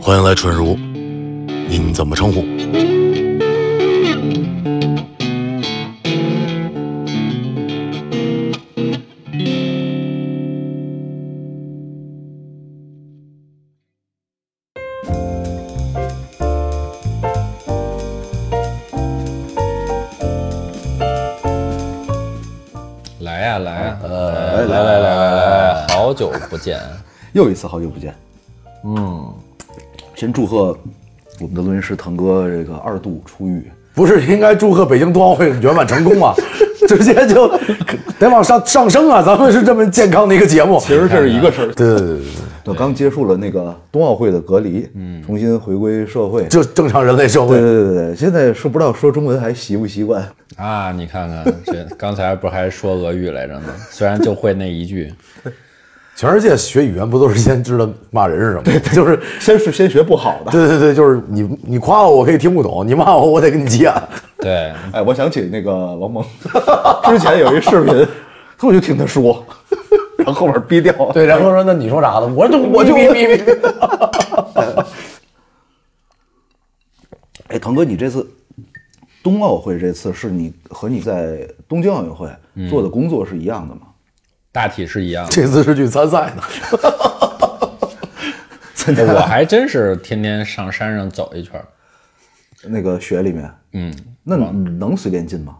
欢迎来春如，您怎么称呼？来呀、来呀、来来来啊呃来来来来来来，好久不见，又一次好久不见，嗯，先祝贺我们的录音师腾哥这个二度出狱，不是应该祝贺北京冬奥会圆满成 功吗？直接就得往上上升啊！咱们是这么健康的一个节目，其实这是一个事儿。对对对对，我刚结束了那个冬奥会的隔离，嗯，重新回归社会。就正常人类社对会。对对对，现在说不知道说中文还习不习惯， 啊，你看看，这刚才不还说俄语来着吗？ 虽然就会那一句，全世界学语言不都是先知道骂人是什么？对，就是 先是先学不好的。对对对，就是你你夸我，我可以听不懂；你骂我，我得跟你急啊眼。对，哎，我想起那个王蒙， 之前有一视频， 我就听他说， 然后后面逼掉。对，然后说那你说啥呢？我就我就哎，腾哥，你这次冬奥会这次是你和你在东京奥运会做的工作是一样的吗？大体是一样 的。这次是去参赛的，我还真是天天上山上走一圈儿。那个雪里面，嗯，那你能随便进吗？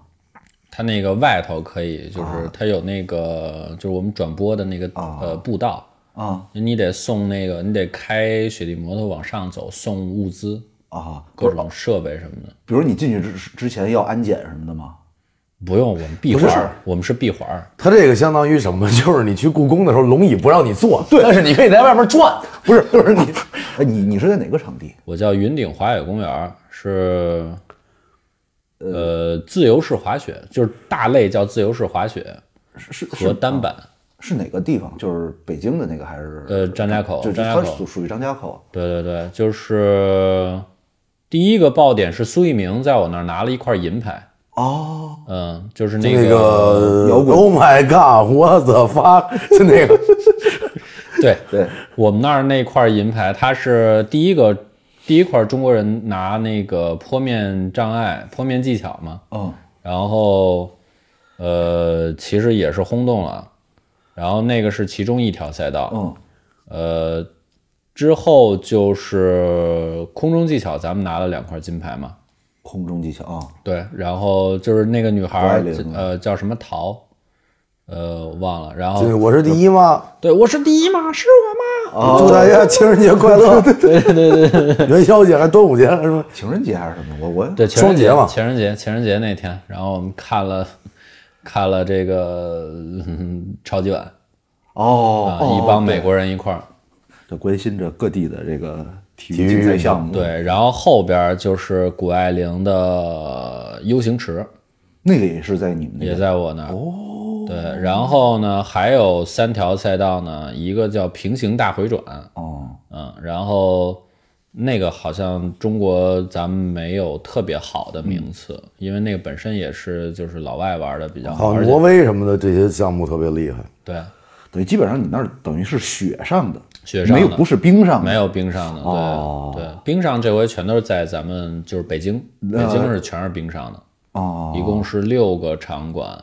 它那个外头可以，就是它有那个，就是我们转播的那个呃步道，啊你得送那个，你得开雪地摩托往上走，送物资、啊，各种设备什么的。比如你进去之之前要安检什么的吗？不用，我们闭环儿，我们是闭环儿。他这个相当于什么？就是你去故宫的时候，龙椅不让你坐，对，但是你可以在外面转。不是， 就是你，哎，你你是在哪个场地？我叫云顶滑雪公园儿，是呃自由式滑雪，就是大类叫自由式滑雪是是啊和是单板。是哪个地方？就是北京的那个还是？呃张家口就就张家它口属属于张家口。对对对，就是第一个爆点是苏翊鸣在我那儿拿了一块银牌，哦，嗯，就是就那那个摇滚 Oh my God，What the fuck？就那个，对对，我们那儿那块银牌，它是第一个第一块中国人拿那个坡面障碍、坡面技巧嘛，嗯，然后呃，其实也是轰动了。然后那个是其中一条赛道，嗯，呃，之后就是空中技巧，咱们拿了两块金牌嘛。空中技巧啊，对，然后就是那个女孩儿谷爱凌，吗呃，叫什么桃，呃，我忘了。然对，后我是第一吗？对我是第一嘛，是我嘛。祝大家情人节快乐！对对对， 元宵节还端午节还是什么？情人节还是什么？我我对，情人双节嘛情人节，情人节那天，然后我们看了看了这个、嗯超级碗啊、哦哦，一帮美国人一块儿。就关心着各地的这个体体育育竞赛项目。，对，然后后边儿就是谷爱凌的 U 型池，那个也是在你们那也边。在我那儿。哦，对，然后呢，还有三条赛道呢，一个叫平行大回转，哦，嗯，然后那个好像中国咱们没有特别好的名次，因为那个本身也是就是老外玩的比较好，好，而挪且威什么的这些项目特别厉害。对对，基本上你那儿等于是雪上的，雪上没有的不是冰上的，没有冰上的，对、哦对，冰上这回全都是在咱们就是北京，北京是全是冰上的，哦，一共是六个场馆，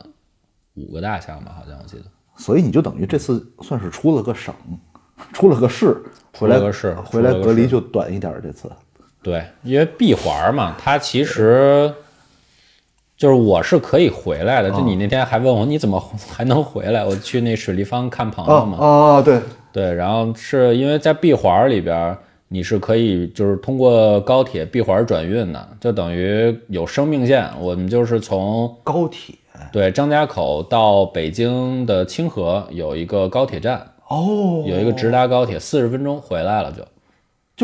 五个大项吧，好像我记得。所以你就等于这次算是出了个省， 出了个市，回来出了个市回来出了个市隔离就短一点儿。这次对，因为闭环儿嘛，它其实就是我是可以回来的。就你那天还问我你怎么还能回来？我去那水立方看朋友嘛。啊，对，对，然后是因为在闭环儿里边儿，你是可以就是通过高铁闭环儿转运的，就等于有生命线。我们就是从高铁对张家口到北京的清河有一个高铁站，哦，有一个直达高铁，四十分钟回来了就。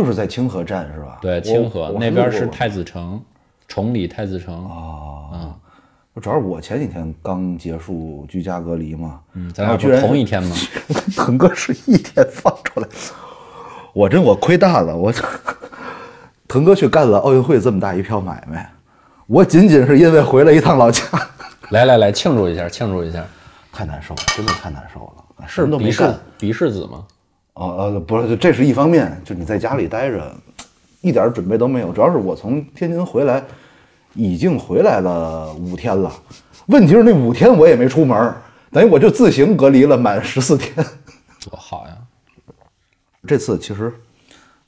就是在清河站是吧？对，啊我清河我那边路是过啊太子城，崇礼太子城。主要是我前几天刚结束居家隔离嘛， 嗯，咱然俩不后啊居是然同一天吗？腾哥是一天放出来，我真我亏大了，我腾哥去干了奥运会这么大一票买卖，我仅仅是因为回了一趟老家，来来来，庆祝一下，庆祝一下，太难受了，真的太难受了，什是么都鼻没世干。呃鼻世子吗？哦呃，不是，这是一方面，就你在家里待着，一点准备都没有。主要是我从天津回来，已经回来了五天了。问题是那五天我也没出门儿，等于我就自行隔离了满十四天。 多好呀！这次其实，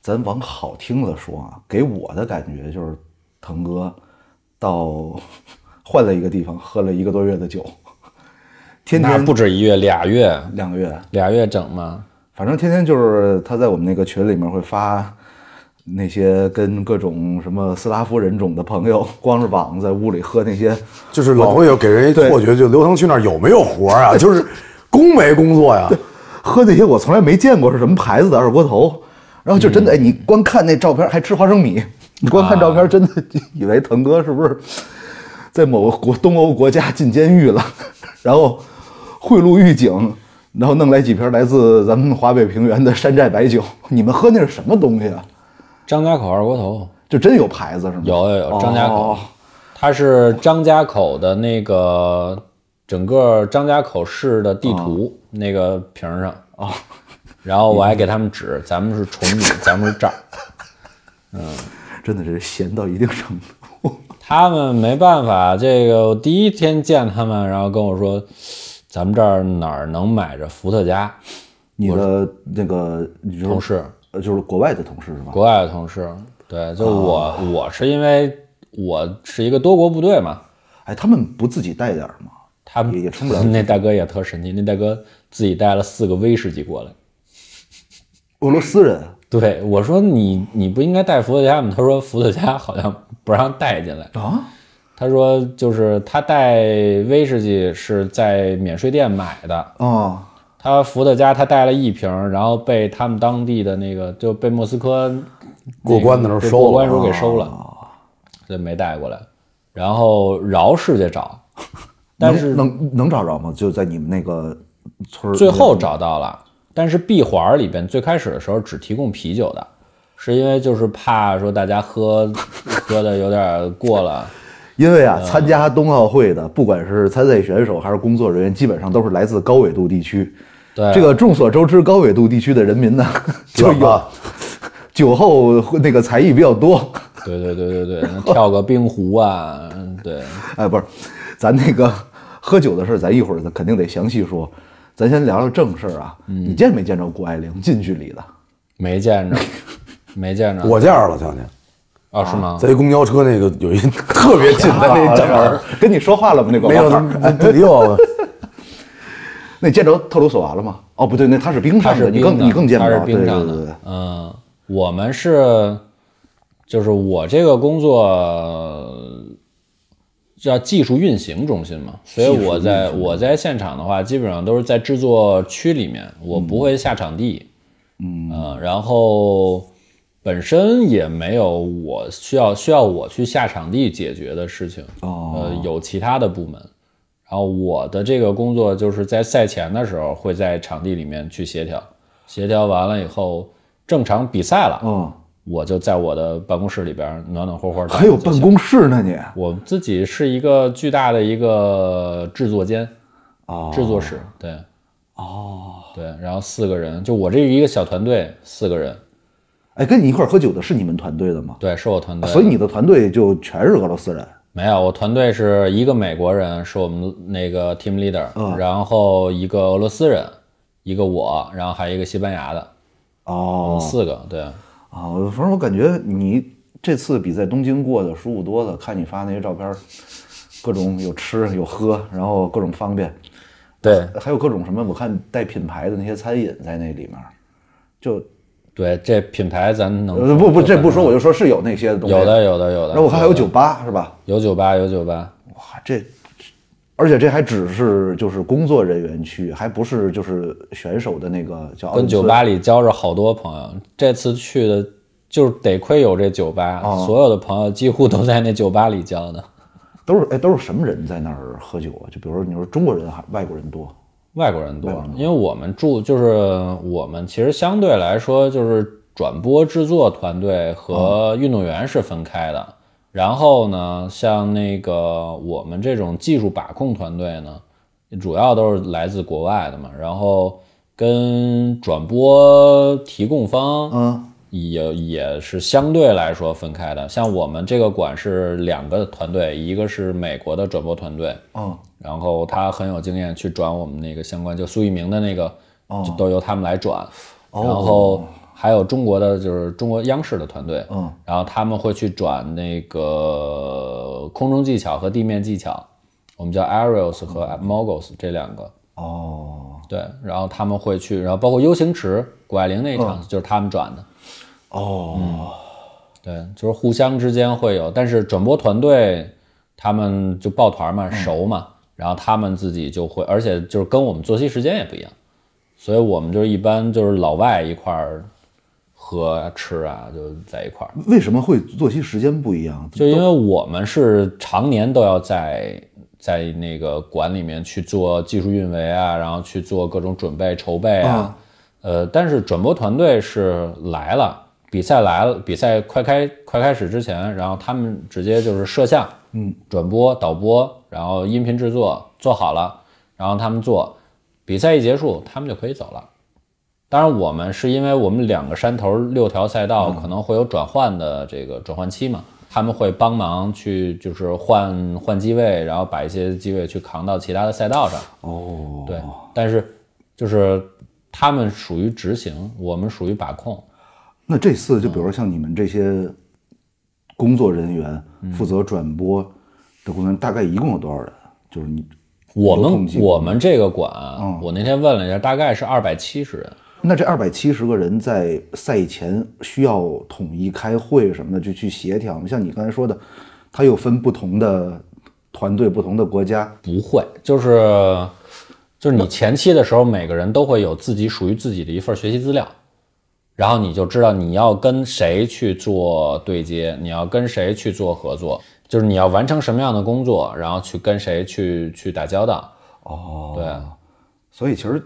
咱往好听了说啊，给我的感觉就是，腾哥到 换了一个地方，喝了一个多月的酒，天那天不止一月，俩月，两个月，俩月整嘛。反正天天就是他在我们那个群里面会发那些跟各种什么斯拉夫人种的朋友光着膀子在屋里喝那些，就是老会有给人一错觉，就刘腾去那儿有没有活儿啊？就是工没工作呀？喝那些我从来没见过是什么牌子的二锅头，然后就真的，哎，你光看那照片还吃花生米，你光看照片真的以为腾哥是不是在某个国东欧国家进监狱了，然后贿赂狱警，然后弄来几瓶来自咱们华北平原的山寨白酒，你们喝那是什么东西啊？张家口二锅头就真有牌子是吗？有有有，张家口哦，它是张家口的那个整个张家口市的地图啊那个瓶儿上哦。然后我还给他们指，咱们是崇礼，咱们是这儿。真的是闲到一定程度。他们没办法，这个我第一天见他们，然后跟我说，咱们这儿哪儿能买着伏特加？你的那个你就是同事，呃，就是国外的同事是吧？国外的同事，对，就我、啊我是因为我是一个多国部队嘛，哎，他们不自己带点儿吗？他们也也撑不了那大哥也特神奇，那大哥自己带了四个威士忌过来。俄罗斯人对我说你你不应该带伏特加吗？他说伏特加好像不让带进来。啊，他说就是他带威士忌是在免税店买的，哦，他伏特加他带了一瓶，然后被他们当地的那个就被莫斯科过关的时候对收了啊过关时候给收了，所以没带过来。然后饶世界找，但是能能能找着吗？就在你们那个村儿最后找到了，但是闭环儿里边最开始的时候只提供啤酒的，是因为就是怕说大家喝喝的有点儿过了，因为嗯啊，参加冬奥会的，不管是参赛选手还是工作人员，基本上都是来自高纬度地区。对啊这个众所周知，高纬度地区的人民呢， 就冷有啊酒后那个才艺比较多。对对对对对，跳个冰壶啊，嗯对，哎，不是，咱那个喝酒的事儿，咱一会儿咱肯定得详细说。咱先聊聊正事儿啊，嗯你见没见着谷爱凌近距 离的？没见着，没见着，我这样了，强强，啊是吗？在一公交车那个有一特别近 的哦那站门儿，跟你说话了吗？那个没有哎老板不不理我。那你见着特鲁索娃了吗？哦，不对，那他是冰他上是的，你冰更的你更见不他着。是冰上对对对的对。嗯，我们是，就是我这个工作呃叫技术运行中心嘛，所以我在我在现场的话，基本上都是在制作区里面，我不会下场地。嗯、然后本身也没有我需要需要我去下场地解决的事情。哦呃，有其他的部门。然后我的这个工作就是在赛前的时候会在场地里面去协调，协调完了以后，正常比赛了，哦，我就在我的办公室里边暖暖和和地。还有办，公室呢你？我自己是一个巨大的一个制作间，哦制作室，对，哦，对，然后四个人，就我这一个小团队，四个人，哎，跟你一块儿喝酒的是你们团队的吗？对，是我团队，啊所以你的团队就全是俄罗斯人。没有，我团队是一个美国人，是我们那个 team leader，、然后一个俄罗斯人，一个我，然后还有一个西班牙的，哦四个，对，啊，我反正我感觉你这次比在东京过的舒服多了。看你发那些照片儿，各种有吃有喝，然后各种方便，对，还有各种什么，我看带品牌的那些餐饮在那里面儿，就对，这品牌咱能呃不不这不说，我就说是有那些东西。有的，有的，有的。然后我看还有酒吧是吧？有酒吧，有酒吧，哇，这，而且这还只是就是工作人员区，还不是就是选手的那个叫奥跟运村酒吧里交着好多朋友。这次去的就是得亏有这酒吧，哦所有的朋友几乎都在那酒吧里交的。都是哎都是什么人在那儿喝酒啊？就比如说你说中国人还外国人多外国人多，因为我们住就是我们其实相对来说就是转播制作团队和运动员是分开的。然后呢，像那个我们这种技术把控团队呢，主要都是来自国外的嘛。然后跟转播提供方，嗯，也也是相对来说分开的。像我们这个馆是两个团队，一个是美国的转播团队，嗯，然后他很有经验去转我们那个相关，就苏翊鸣的那个，就都由他们来转。然后还有中国的，就是中国央视的团队，嗯，然后他们会去转那个空中技巧和地面技巧，我们叫 Aerials 和 Moguls 这两个。哦对，然后他们会去，然后包括 U 型池、谷爱凌那一场、就是他们转的。哦，对，就是互相之间会有，但是转播团队他们就抱团嘛，熟嘛，然后他们自己就会，而且就是跟我们作息时间也不一样，所以我们就是一般就是老外一块儿喝啊吃啊，就在一块儿，嗯为什么会作息时间不一样？就因为我们是常年都要在在那个馆里面去做技术运维啊，然后去做各种准备筹备啊，呃，但是转播团队是来了，比赛来了，比赛快开快开始之前，然后他们直接就是摄像，嗯，转播、导播，然后音频制作做好了，然后他们做，比赛一结束，他们就可以走了。当然，我们是因为我们两个山头六条赛道嗯可能会有转换的这个转换期嘛，他们会帮忙去就是换换机位，然后把一些机位去扛到其他的赛道上。哦，对，但是就是他们属于执行，我们属于把控。那这次就比如说像你们这些工作人员负责转播的工作人员，大概一共有多少人？就是你我有嗯统们计过吗我们这个馆，我那天问了一下，大概是二百七十人。那这二百七十个人在赛前需要统一开会什么的，就去协调吗。像你刚才说的，他又分不同的团队、不同的国家。不会，就是就是你前期的时候，每个人都会有自己属于自己的一份学习资料，然后你就知道你要跟谁去做对接，你要跟谁去做合作，就是你要完成什么样的工作，然后去跟谁去去打交道。哦，对，所以其实，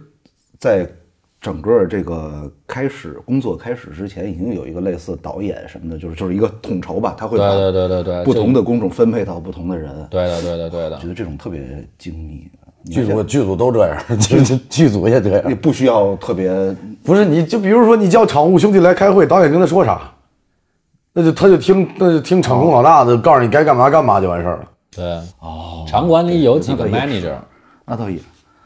在整个这个开始工作开始之前，已经有一个类似导演什么的，就是就是一个统筹吧，他会把对对对对对，不同的，的工种分配到不同的人。对的对的对的我觉。得这种特别精密，你剧组剧组都这样，剧剧剧组也这也样。不需要特别不是你就比如说你叫场务兄弟来开会，导演跟他说啥，那就他就听那就听场控老大的，告诉你该干嘛干嘛就完事儿了。对，哦，场馆里有几个那倒 manager，那倒也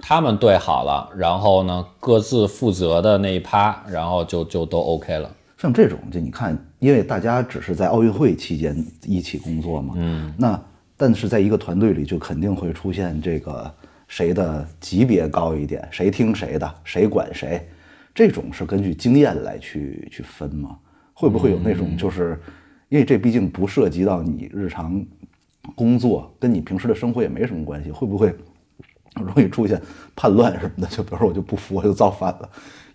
他们对好了，然后呢各自负责的那一趴，然后就就都 OK 了。像这种，就你看，因为大家只是在奥运会期间一起工作嘛，嗯，那但是在一个团队里，就肯定会出现这个谁的级别高一点，谁听谁的，谁管谁，这种是根据经验来去去分嘛？会不会有那种就是，因为这毕竟不涉及到你日常工作，跟你平时的生活也没什么关系，会不会？容易出现叛乱什么的，就比如说我就不服，我就造反了，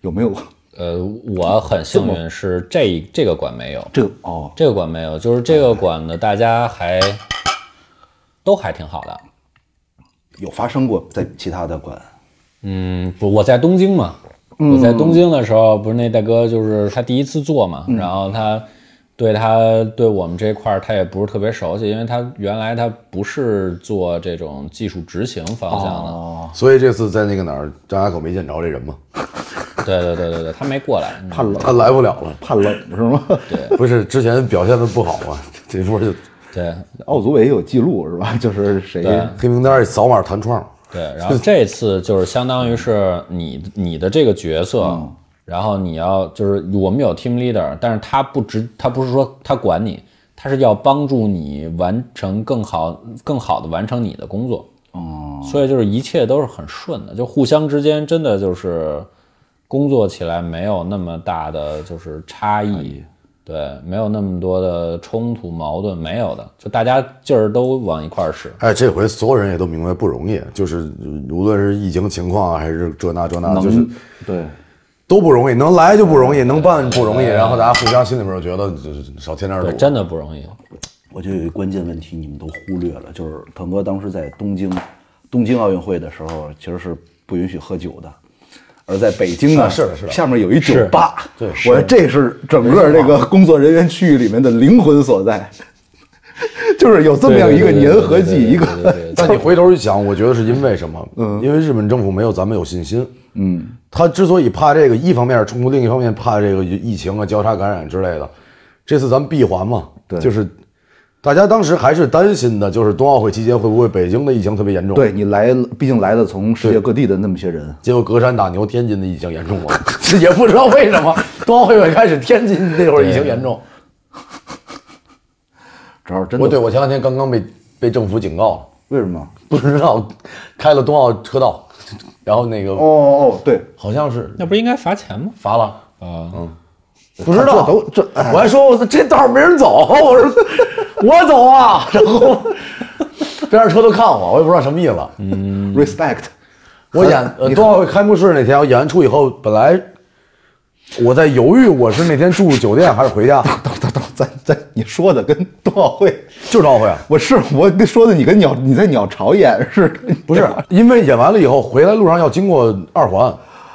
有没有呃，我很幸运是这一这个馆没有，这个？哦，这个馆没有，就是这个馆呢，大家还都还挺好的。有发生过在其他的馆，嗯，不，我在东京嘛，我在东京的时候，不是那大哥就是他第一次做嘛，然后他对他对我们这块儿他也不是特别熟悉，因为他原来他不是做这种技术执行方向的，所以这次在那个哪儿张家口没见着这人嘛，对对对对对，他没过来，嗯怕冷他来不了了。怕冷是吗？不是之前表现的不好啊，这波就对奥组委也有记录是吧？就是谁黑名单儿扫码弹窗。对，然后这次就是相当于是你你的这个角色，然后你要就是我们有 team leader，但是他不直，他不是说他管你，他是要帮助你完成更好更好的完成你的工作，哦，所以就是一切都是很顺的，就互相之间真的就是工作起来没有那么大的就是差异。对，没有那么多的冲突矛盾，没有的，就大家劲儿都往一块儿使。哎，这回所有人也都明白不容易，就是呃无论是疫情情况啊还是这那这那，就是对，都不容易，能来就不容易，能办不容易，然后大家互相心里面就觉得就是少添点对，堵。啊真的不容易。我觉得有一关键问题你们都忽略了，就是腾哥当时在东京东京奥运会的时候，其实是不允许喝酒的。而在北京呢，啊是的是的下面有一酒吧，对我说这是整个这个工作人员区域里面的灵魂所在。就是有这么样一个粘合剂，一个个 但你回头一想，我觉得是因为什么？嗯，因为日本政府没有咱们有信心。嗯，他之所以怕这个，一方面是冲突，另一方面怕这个疫情啊、交叉感染之类的。这次咱们闭环嘛，对，就是大家当时还是担心的，就是冬奥会期间会不会北京的疫情特别严重？， 对你来了，毕竟来了从世界各地的那么些人，结果隔山打牛，天津的疫情严重了， 也不知道为什么。冬奥会开始，天津那会儿疫情严重。正好真我对的我前两天刚刚被被政府警告了，为什么？不知道开了冬奥车道，然后那个哦哦，对，好像是那不是应该罚钱吗？罚了。嗯啊，不知道，这都这哎我还说我说这道儿没人走，我说我走啊， 然后边上车都看我，我也不知道什么意思。嗯 respect， 我演嗯呃冬奥会开幕式那天，我演完出以后，本来我在犹豫，我是那天住酒店还是回家，等等等，咱咱你说的跟冬奥会，就是奥会啊。我是我跟说的你跟鸟你在鸟巢演似的，不是，因为演完了以后回来路上要经过二环，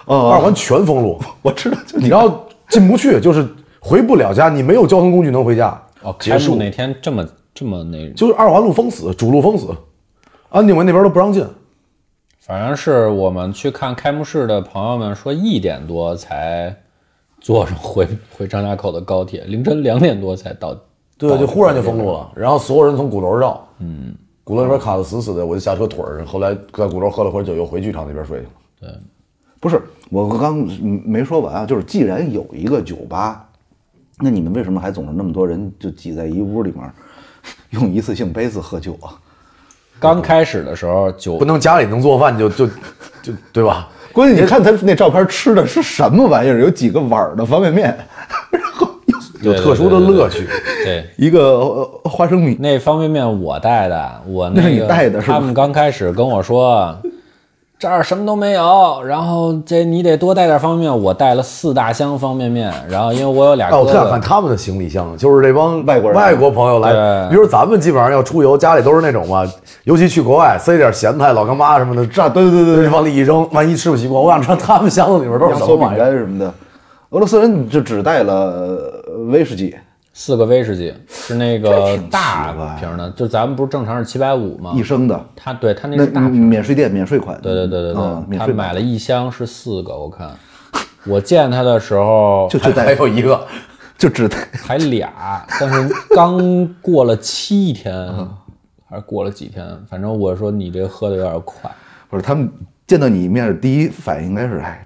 哦二环全封路， 我知道，就你然后进不去，就是回不了家，你没有交通工具能回家。哦，开结幕束那天这么这么那，就是二环路封死，主路封死，安定门那边都不让进。反正是我们去看开幕式的朋友们说一点多才坐上回回张家口的高铁，凌晨两点多才到。对，就忽然就封路了，然后所有人从鼓楼绕，嗯，鼓楼那边卡的死死的，我就下车腿儿，后来在鼓楼喝了会儿酒，又回剧场那边睡去了。不是我刚没说完啊，就是既然有一个酒吧，那你们为什么还总是那么多人就挤在一屋里面， 用一次性杯子喝酒啊？刚开始的时候酒 不能家里能做饭就就就对 吧？关键你看他那照片吃的是什么玩意儿？有几个碗儿的方便面，有特殊的乐趣。对。一个呃花生米，那方便面我带的，我那个是你带的是吧他们刚开始跟我说，这儿什么都没有，然后这你得多带点方便面。我带了四大箱方便面，然后因为我有俩哎，哥哦我特想哥看，他们的行李箱，就是这帮外国人外国朋友来，对比如咱们基本上要出游，家里都是那种嘛，尤其去国外，塞点咸菜、老干妈什么的，这对对对对，往里一扔，万一吃不习惯，我想知道他们箱子里面都是压什缩么饼玩意儿。干什么的。俄罗斯人就只带了呃威士忌，四个威士忌是那这个挺奇大怪瓶的，就咱们不是正常是七百五吗？一升的，他对他那那嗯是大瓶，免税店免税款。对对对对啊对，免他税买了一箱是四个，我看我见他的时候就就还带有一个，就只带还俩，但是刚过了七天，啊还是过了几天，反正我说你这喝的有点快，不是他们见到你一面，第一反应应该是哎，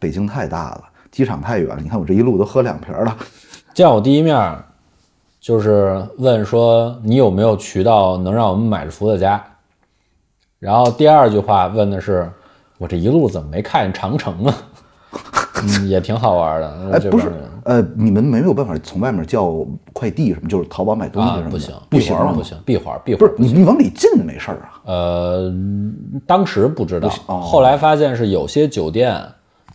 北京太大了，机场太远了，你看我这一路都喝两瓶了。见我第一面儿就是问说你有没有渠道能让我们买着伏特加，然后第二句话问的是我这一路怎么没看长城啊？ 嗯，也挺好玩的。哎，这不帮是人，呃，你们没有办法从外面叫快递什么，就是淘宝买东西啊什么，的，不行，不闭行环吗儿不，行，闭环儿闭不环儿是你你往里进没事儿啊，呃，当时不哦知道，后来发现是有些酒店，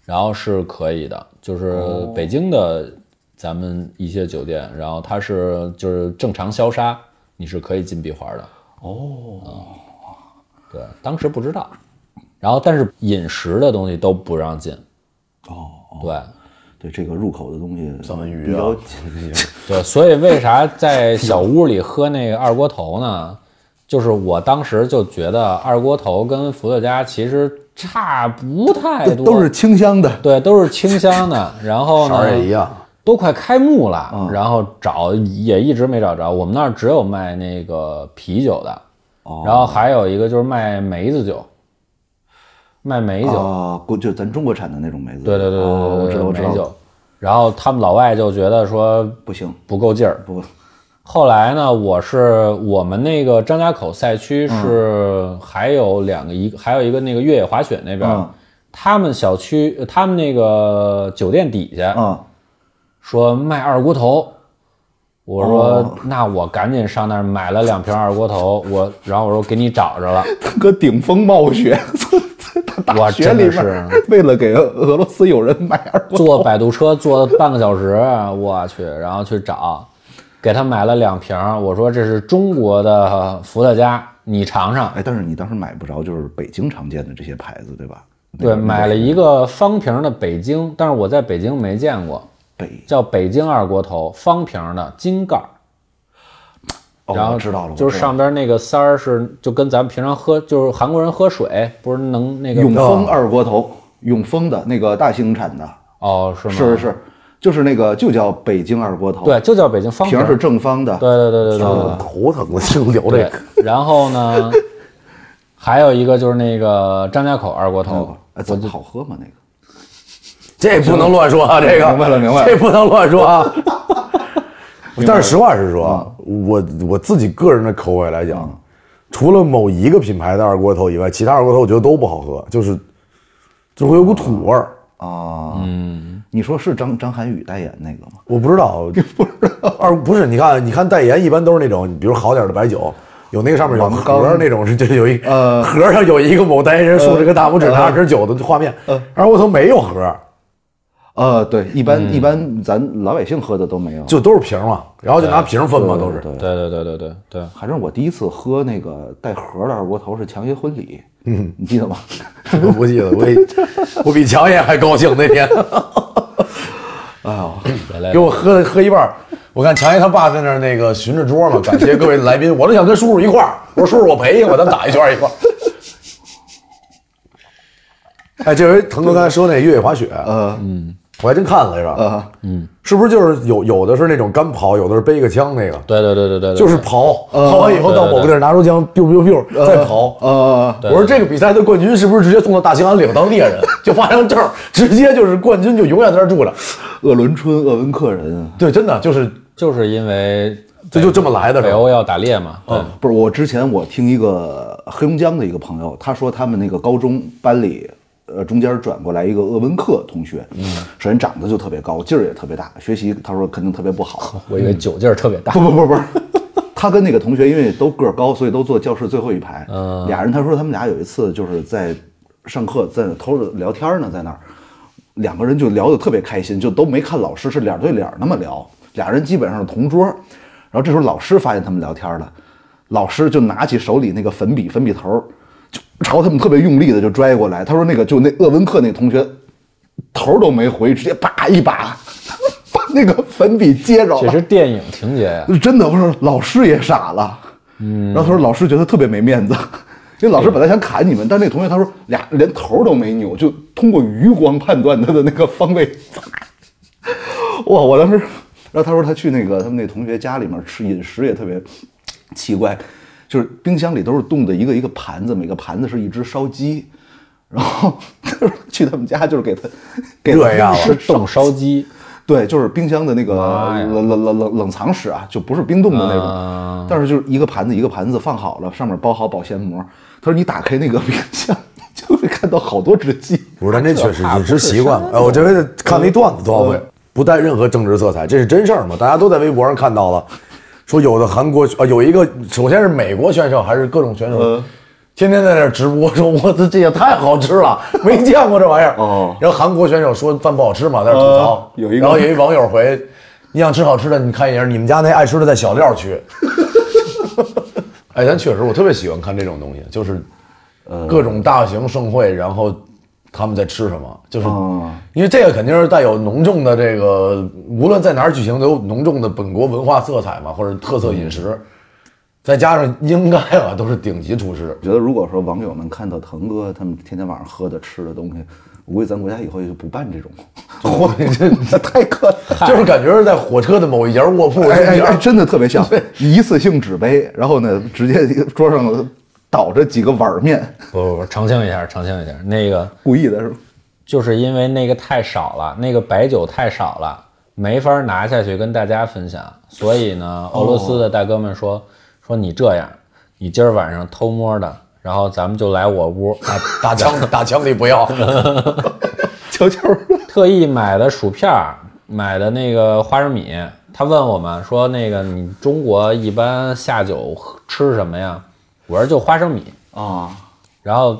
然后是可以的，就是北京的咱们一些酒店，然后它是就是正常消杀，你是可以进闭环的。哦、对，当时不知道，然后但是饮食的东西都不让进。哦，对。对这个入口的东西三文鱼比啊较， 对，所以为啥在小屋里喝那个二锅头呢？就是我当时就觉得二锅头跟伏特加其实差不太对多，都是清香的，对，都是清香 的。然后色儿也一呢，样。都快开幕了，嗯然后找也一直没找着。我们那儿只有卖那个啤酒的，哦然后还有一个就是卖梅子酒，卖梅酒。啊，国就咱中国产的那种梅子。对对对对对，哦我知道我知梅道，酒。然后他们老外就觉得说不行，不够劲儿，不后来呢，我是我们那个张家口赛区嗯是还有两个一个还有一个那个越野滑雪那边，嗯他们小区呃他们那个酒店底下、啊，说卖二锅头，我说、哦那我赶紧上那儿买了两瓶二锅头，我然后我说给你找着了， 他搁顶峰冒 雪，大大我学真的里面是为了给俄罗斯友人买二锅坐摆渡车坐了半个小时，我去，然后去找，给他买了两瓶，我说这是中国的伏特加，你尝尝。哎，但是你当时买不着，就是北京常见的这些牌子，对吧？对，买了一个方瓶的北京，但是我在北京没见过，北叫北京二锅头，方瓶的金盖儿，哦然后我知道了就是上边那个塞儿是就跟咱们平常喝，就是韩国人喝水不是能那个永丰二锅头，永丰的那个大兴产的，哦是吗？是是是，就是那个就叫北京二锅头，对，，就叫北京方瓶儿是对正方的，对对对对对嗯我头疼了，净聊这对个。，然后呢， 还有一个就是那个张家口二锅头，哎，怎么好喝吗？那个这不能乱说啊，这个嗯明白了明白了这不能乱说 啊。但是实话实说啊，嗯我我自己个人的口味来讲，除了某一个品牌的二锅头以外，其他二锅头我觉得都不好喝，就是就会有股土味儿。啊，嗯，你说是张张涵予代言那个吗？ 我不知道，不知道二不是？你看，你看代言一般都是那种，比如好点的白酒，有那个上面有盒儿那种，是 就是有一呃盒上有一个某代言人竖着个大拇指拿着瓶酒的画面，二锅头没有盒儿，呃，对，一嗯般一般咱老百姓喝的都没有，就都是瓶儿嘛，然后就拿瓶儿分嘛，都是。对对对对对对，反正我第一次喝那个带盒的二锅头是强爷婚礼，嗯，你记得吗？我不记得，我比我比强爷还高兴那天，哎呦，来来给我喝喝一半儿。我看强爷他爸在那儿那个巡着桌嘛，感谢各位来宾，我都想跟叔叔一块儿。我说叔叔，我陪一会儿，咱打一圈儿一块儿。哎，这回腾哥刚才说那越野滑雪，嗯嗯呃，我还真看了一下，呃，是不是就是有有的是那种干刨，有的是背个枪那个，对对对对对，嗯就是刨，刨完以后到某个地儿拿出枪，biu biu biu 再刨。呃，我说这个比赛的冠军是不是直接送到大兴安岭当猎人， 就发张证儿，直接就是冠军就永远在那儿住着。鄂伦春、鄂温克人，啊对，真的就是就是因为这就这么来的，北是吧欧要打猎嘛，对，不是我之前我听一个黑龙江的一个朋友，他说他们那个高中班里，呃，中间转过来一个鄂温克同学，嗯，首先长得就特别高，劲儿也特别大，学习他说肯定特别不好，我以为酒劲儿特别大不，不不不是，他跟那个同学因为都个儿高，所以都坐教室最后一排。俩人他说他们俩有一次就是在上课，在那偷着聊天呢，在那儿，两个人就聊得特别开心，就都没看老师，是脸对脸那么聊，俩人基本上是同桌。然后这时候老师发现他们聊天了，老师就拿起手里那个粉笔粉笔头儿，就朝他们特别用力的就拽过来。他说那个就那鄂温克那同学头儿都没回，直接叭一把 把那个粉笔接着了这。是电影情节呀，真的，我说老师也傻了，嗯，然后他说老师觉得特别没面子，因为老师本来想砍你们，但那同学他说俩连头都没扭，就通过余光判断他的那个方位。 哇，我当时，然后他说他去那个他们那同学家里面吃饮食也特别奇怪，就是冰箱里都是冻的一个一个盘子，每个盘子是一只烧鸡。然后 他说去他们家就是给他给他热呀吃 是冻烧鸡，对，就是冰箱的那个妈呀冷冷冷冷冷藏室啊，就不是冰冻的那种，啊但是就是一个盘子一个盘子放好了，上面包好保鲜膜。他说你打开那个冰箱， 你就会看到好多只鸡。不是，咱这确实饮食习惯。哎，我这回看了一段子多少回，不带任何政治色彩，这是真事儿吗？大家都在微博上看到了，说有的韩国啊，有一个首先是美国选手还是各种选手，天天在那儿直播说，我这这也太好吃了，没见过这玩意儿。哦然后韩国选手说饭不好吃嘛，在那儿吐槽呃。有一个然后有一网友回，你想吃好吃的，你看一眼，你们家那爱吃的在小料 区。哎，咱确实，我特别喜欢看这种东西，就是嗯各种大型盛会，然后他们在吃什么，就是、哦因为这个肯定是带有浓重的这个，无论在哪儿举行都有浓重的本国文化色彩嘛，或者特色饮食，嗯再加上应该啊都是顶级厨师，我觉得如果说网友们看到腾哥他们天天晚上喝的吃的东西，我估计咱国家以后也就不办 这种，嚯，这 太客气了。就是感觉是在火车的某一节卧铺中哎哎间哎，真的特别像一次性纸杯，然后呢，直接一个桌上倒着几个碗儿面，不不不，澄清一下，澄清一下，那个故意的是吧？就是因为那个太少了，那个白酒太少了，没法拿下去跟大家分享。所以呢，俄罗斯的大哥们说、说你这样，你今儿晚上偷摸的，然后咱们就来我 屋，打 打枪打枪里不 要，悄悄儿特意买的薯片儿，买的那个花生米。他问我们说那个你中国一般下酒喝吃什么呀？我说就花生米，啊。然后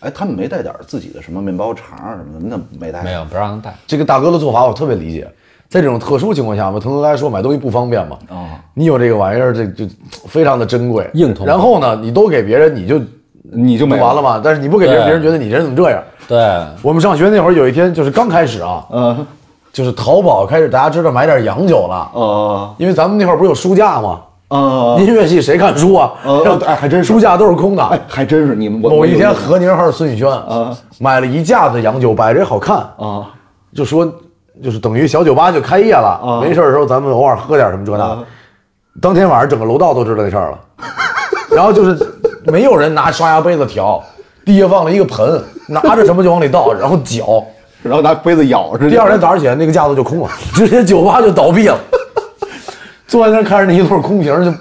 哎，他们没带点儿自己的什么面包肠儿什么的，那没带。没有不让带。这个大哥的做法我特别理解。在这种特殊情况下嘛，腾哥刚才说买东西不方便嘛，啊、你有这个玩意儿，这就非常的珍贵，硬通货然后呢，你都给别人，你就你就没有完了嘛。但是你不给别人，对别人觉得你这人怎么这样？对，我们上学那会儿，有一天就是刚开始啊，嗯就是淘宝开始大家知道买点洋酒了，哦因为咱们那会儿不是有书架吗？呃，音乐系谁看书啊？呃让哎还真是哦书架都是空的。哎，还真是你们 我某我一有天，有何宁还是孙宇轩买了一架子洋酒，摆着也好看，啊，就说就是等于小酒吧就开业了，没事儿的时候咱们偶尔喝点什么这那的。当天晚上整个楼道都知道这事儿了，然后就是没有人拿刷牙杯子调，地下放了一个盆，拿着什么就往里倒，然后搅。然后拿杯子咬着。第二天早上起来，那个架子就空了，直接酒吧就倒闭了。坐在那儿看着那一对空瓶儿，就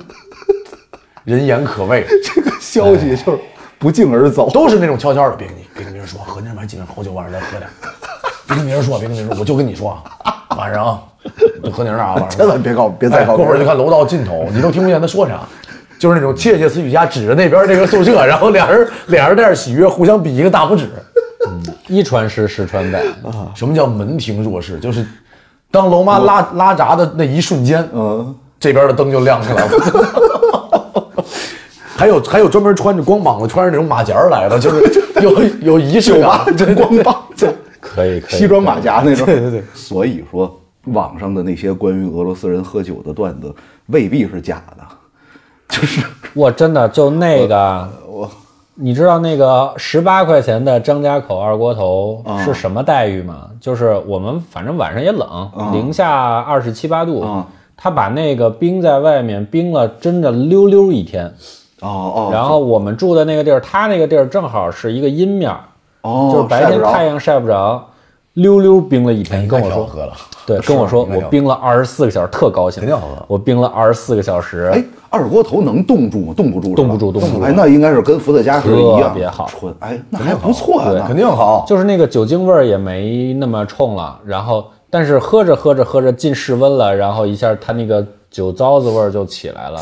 人言可畏。这个消息就是不胫而走。都是那种悄悄的，别跟你别跟别人说，和那晚上几个人好酒晚上再喝点， 别跟别人说，别跟别人说，我就跟你说啊，晚上啊，就和宁那啊，晚上 千万别告别再告哎过会别儿人就看楼道尽头，你都听不见他说啥，就是那种窃窃私语家指着那边这个宿舍，然后俩人俩人带着喜悦互相比一个大拇指。一传十，十传 百，啊什么叫门庭若市？就是当龙妈拉拉闸的那一瞬间，嗯，这边的灯就亮起来 了。还有还有专门穿着光膀子、穿着那种马甲儿来的，就是 有有啊仪式酒吧感，真光棒，对， 可以可以西装马甲那种。对对对所以说，网上的那些关于俄罗斯人喝酒的段子未必是假的，就是我真的就那个，你知道那个十八块钱的张家口二锅头啊是什么待遇吗？就是我们反正晚上也冷，零下二十七八度啊，他把那个冰在外面冰了，真的溜溜一天。哦哦，然后我们住的那个地儿，他那个地儿正好是一个阴面儿，哦，就是白晒不天着哎太阳晒不着，溜溜冰了一天。你跟我太说好喝了，对，跟我说应该我调冰了二十四个小时，特高兴。肯定好喝我冰了二十四个小时，哎，二锅头能冻住吗？冻不住是吧，冻不住冻冻不住哎，那应该是跟伏特加是一样，特别好纯。哎，那还不错啊，那肯定 好。就是那个酒精味儿也没那么冲了，然后但是喝着喝着喝着进室温了，然后一下它那个酒糟子味儿就起来了，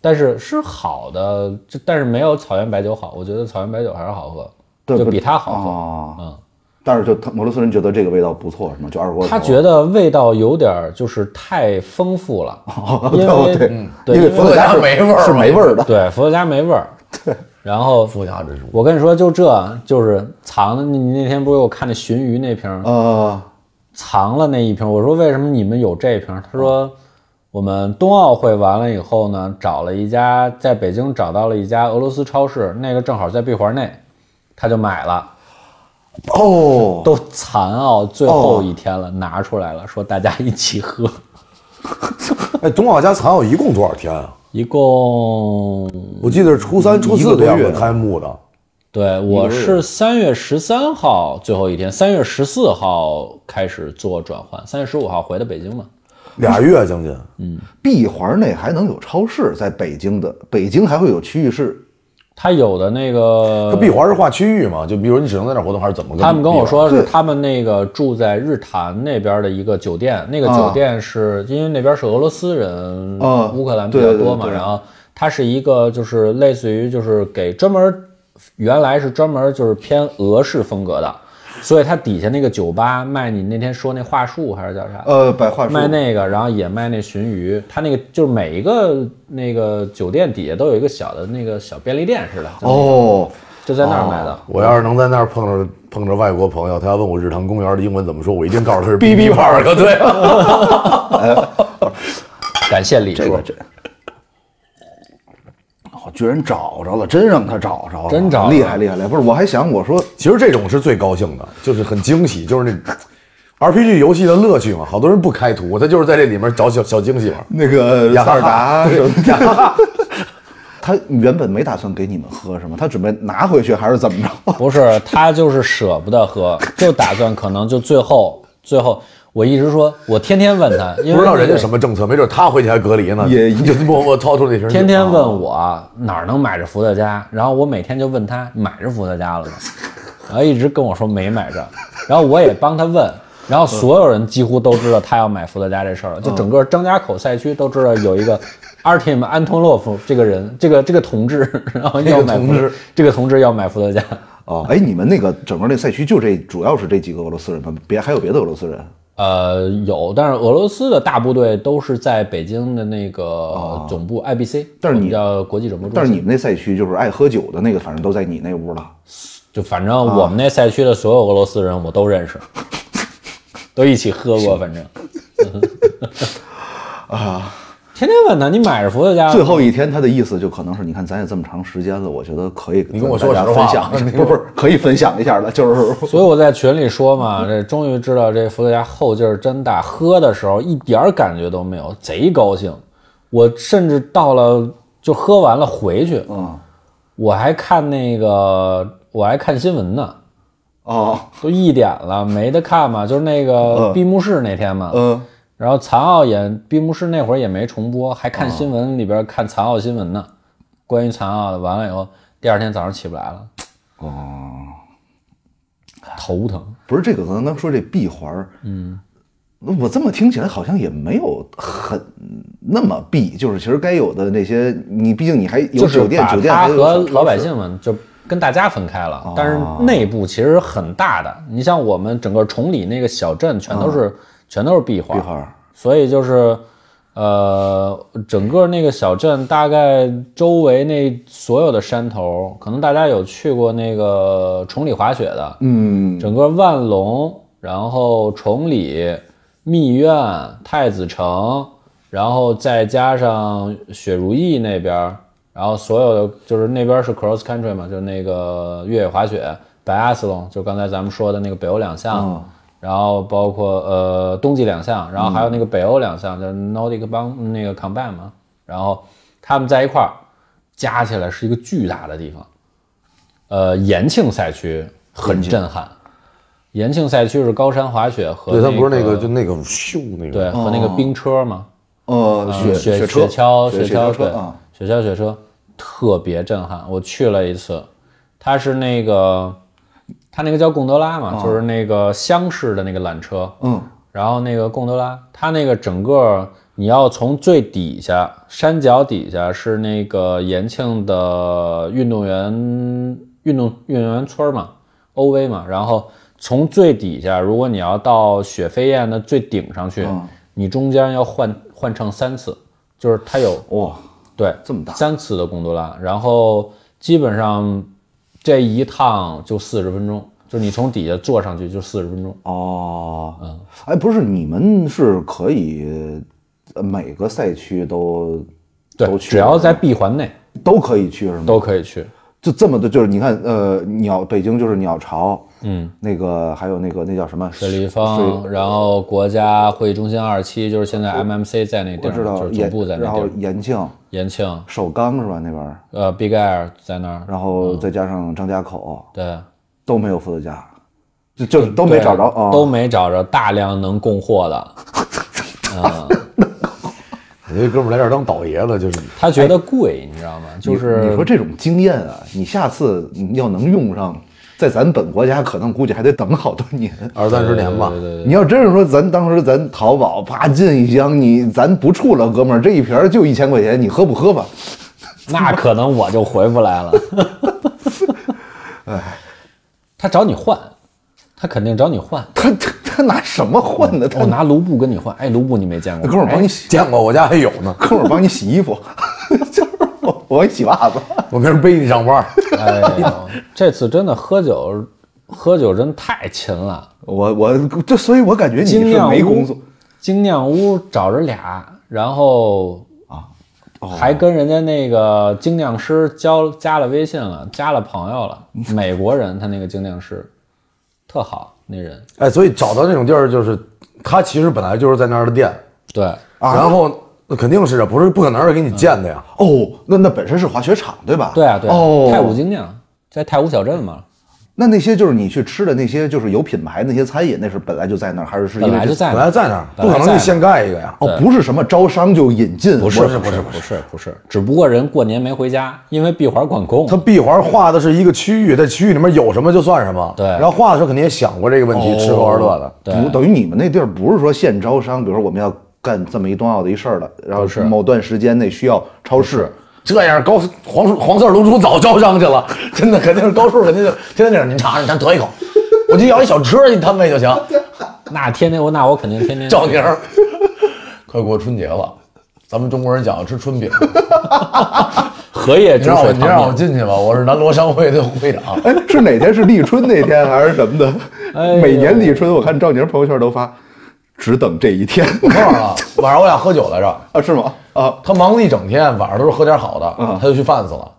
但是是好的，就但是没有草原白酒好，我觉得草原白酒还是好喝，对就不比它好喝。啊。嗯，但是就他俄罗斯人觉得这个味道不错，是吗？就二锅头，他 觉得味道有点儿就是太丰富了，因为对嗯对因为因为伏特加伏特加是没味儿嘛是没味儿的。对伏特加没味儿。然后不加这是我跟你说，就这就是藏的。你你那天不是给我看那鲟鱼那瓶儿呃，藏了那一瓶。我说为什么你们有这一瓶？他说我们冬奥会完了以后呢，找了一家在北京找到了一家俄罗斯超市，那个正好在闭环内，他就买了。哦，都残奥最后一天了，拿出来了，说大家一起喝。 哎，冬奥加残奥一共多少天啊？一共，我记得是初三、初四的样一个子多月开幕的，对我是三月十三号最后一天，三月十四号开始做转换，三月十五号回的北京嘛。俩月将近。闭环内还能有超市，在北京的北京还会有区域市。他有的那它个闭环是划区域嘛？就比如你只能在那儿活动，还是怎么？他们跟我，说是对他们那个住在日坛那边的一个酒店，那个酒店是、因为那边是俄罗斯人、啊乌克兰比较多嘛，对对对然后它是一个就是类似于就是给专门原来是专门就是偏俄式风格的，所以它底下那个酒吧卖你那天说那话术还是叫啥？呃，百话书卖那个，然后也卖那鲟鱼，它那个就是每一个那个酒店底下都有一个小的那个小便利店似的，就那个，哦，就在那儿买的。我要是能在那儿碰着碰着外国朋友，他要问我日坛公园的英文怎么说，我一定告诉他 是 B B Park。对，感谢李叔，这个这，我哦居然找着了，真让他找着了，真找着了厉害厉害厉害！不是，我还想我说其实这种是最高兴的，就是很惊喜，就是那 RPG 游戏的乐趣嘛。好多人不开图，他就是在这里面找小小惊喜玩。那个雅哈萨哈尔达什么的，他原本没打算给你们喝是吗？他准备拿回去还是怎么着？不是，他就是舍不得喝，就打算可能就最后最后，我一直说，我天天问他，因为不知道那个人家什么政策，没准他回去还隔离呢，也就默默掏出那瓶酒，天天问我哪儿能买着伏特加，然后我每天就问他买着伏特加了吗？然后一直跟我说没买着，然后我也帮他问，然嗯后所有人几乎都知道他要买伏特加这事儿了，就整个张家口赛区都知道有一个 Artem 安托洛夫这个人，这个这个同志，然后要买同伏特志这个同志要买伏特加，哦，哎，你们那个整个那赛区就这主要是这几个俄罗斯人吗？别还有别的俄罗斯人？呃，有，但是俄罗斯的大部队都是在北京的那个总部 IBC，、啊但是你叫国际转播中心。但是你们那赛区就是爱喝酒的那个，反正都在你那屋了。就反啊正我们那赛区的所有俄罗斯人我都认 识，都一起喝过，反正天天问他，你买着伏特加吗啊最后一天，他的意思就可能是，你看咱也这么长时间了，我觉得可以你跟我说大家实话分享一 下，不是不是，可以分享一下了，就是所以我在群里说 嘛，这终于知道这伏特加后劲儿真大，喝的时候一点儿感觉都没有，贼高兴。我甚至到了就喝完了回去，嗯，我还看那个我还看新闻呢， 哦，都一点了没得看嘛，就是那个闭幕式那天嘛，嗯，然后残奥也闭幕式那会儿也没重播，还看新闻里边看残奥新闻哦呢，关于残奥的。完了以后，第二天早上起不来了，哦，头疼。不是这个，咱刚说这闭环儿，嗯，我这么听起来好像也没有很那么闭，就是其实该有的那些，你毕竟你还有就是酒店，把酒店它还有和超市老百姓们就跟大家分开哦了，但是内部其实很大的。你像我们整个崇礼那个小镇，全都是、全都是壁画，嗯闭环儿，所以就是。呃，整个那个小镇大概周围那所有的山头，可能大家有去过那个崇礼滑雪的，嗯，整个万隆，然后崇礼、密院、太子城，然后再加上雪如意那边儿，然后所有的就是那边是 cross country 嘛，就是那个越野滑雪、白阿斯隆，就刚才咱们说的那个北欧两项，哦然后包括呃冬季两项，然后还有那个北欧两项，就是 Nordic 帮那个 combine 嘛，然后他们在一块儿加起来是一个巨大的地方。呃，延庆赛区很震撼。延庆赛区是高山滑雪和对，它不是那那个就那个咻那个，对和那个冰车嘛，呃，雪嗯雪车雪橇雪橇车对啊，雪橇雪车特别震撼。我去了一次，它是那个它那个叫贡德拉嘛，就是那个厢式的那个缆车，嗯，然后那个贡德拉，它那个整个你要从最底下山脚底下是那个延庆的运动员运动运动员村嘛，OV 嘛，然后从最底下，如果你要到雪飞燕的最顶上去，嗯你中间要换换乘三次，就是它有哇，对，这么大三次的贡多拉，然后基本上这一趟就四十分钟，就是你从底下坐上去就四十分钟。哦，哎，不是，你们是可以呃每个赛区都都对，去只要在闭环内都可以去是吗？都可以去。就这么的，就是你看，呃，鸟北京就是鸟巢，嗯，那个还有那个那叫什么水立方，然后国家会议中心二期，就是现在 MMC 在那地我儿知嘛，道就是延总部在然那地后儿。延庆、延庆，首钢是吧？那边儿，呃，Big Air 在那儿，然后再加上张家口，对，都没有伏特加，就就都没找着对啊。都没找着大量能供货的。我这哥们儿来这儿当倒爷了，就是他觉得贵，你知道吗？就你你是说这种经验啊，你下次你要能用上，在咱本国家可能估计还得等好多年。二三十年吧。你要真是说咱当时咱淘宝啪进一箱，你咱不处了，哥们儿，这一瓶儿就一千块钱，你喝不喝吧？那可能我就回不来 了。哎，哎他找你换，他肯定找你换。他他他拿什么换的？他我拿卢布跟你换，哎，卢哎布你没见哥过，们儿帮你洗，见过，我家还有呢， 哥们儿帮你洗衣服， 就是我我帮你洗袜子。我明儿背你上班儿。哎啊呦，这次真的喝酒，喝酒真太勤了。我我这，所以我感觉你精是酿没工作屋，，精酿屋找着俩，然后哦啊，还跟人家那个精酿师交加了微信了，加了朋友了，美国人，他那个精酿师特好，那人 哎，所以找到那种地儿，就是他其实本来就是在那儿的店，对。然后那肯定是啊，不是不可能是给你建的呀。哦，那那本身是滑雪场对吧？对啊，对啊，哦，太武精酿在太武小镇嘛，那那些就是你去吃的那些，就是有品牌那些餐饮，那是本来就在那儿，还是是因本为来就这在本那儿来在那儿，嗯本不来可在能就现盖一个呀。哦，不是什么招商就引进，不是我不是不是不是，只不过人过年没回家，因为闭环管控它。闭环画的是一个区域，在区域里面有什么就算什么。对哦然后画的时候肯定也想过这个问题，吃喝玩乐的。对不等于你们那地儿不是说现招商，比如说我们要干这么一冬奥的一事儿了，然后是某段时间内需要超市，这样高黄叔黄四龙珠早招商去 了，真的肯定是高叔，肯定是天天那样，您尝尝，咱得一口，我就要一小车，你摊位就行，那天天我那我肯定天天赵宁儿。快过春节了，咱们中国人讲究吃春饼，荷叶你煮让我水你汤让我面。进去吧，我是南锣商会的会 长。 哎，是哪天？是立春那天还是什么的？哎呦每年立春，我看赵宁朋友圈都发，只等这 一天我告诉你啊，晚上我俩喝酒来着，啊？是吗？啊，他忙了一整天，晚上都是喝点好的，嗯他就去 fans 了，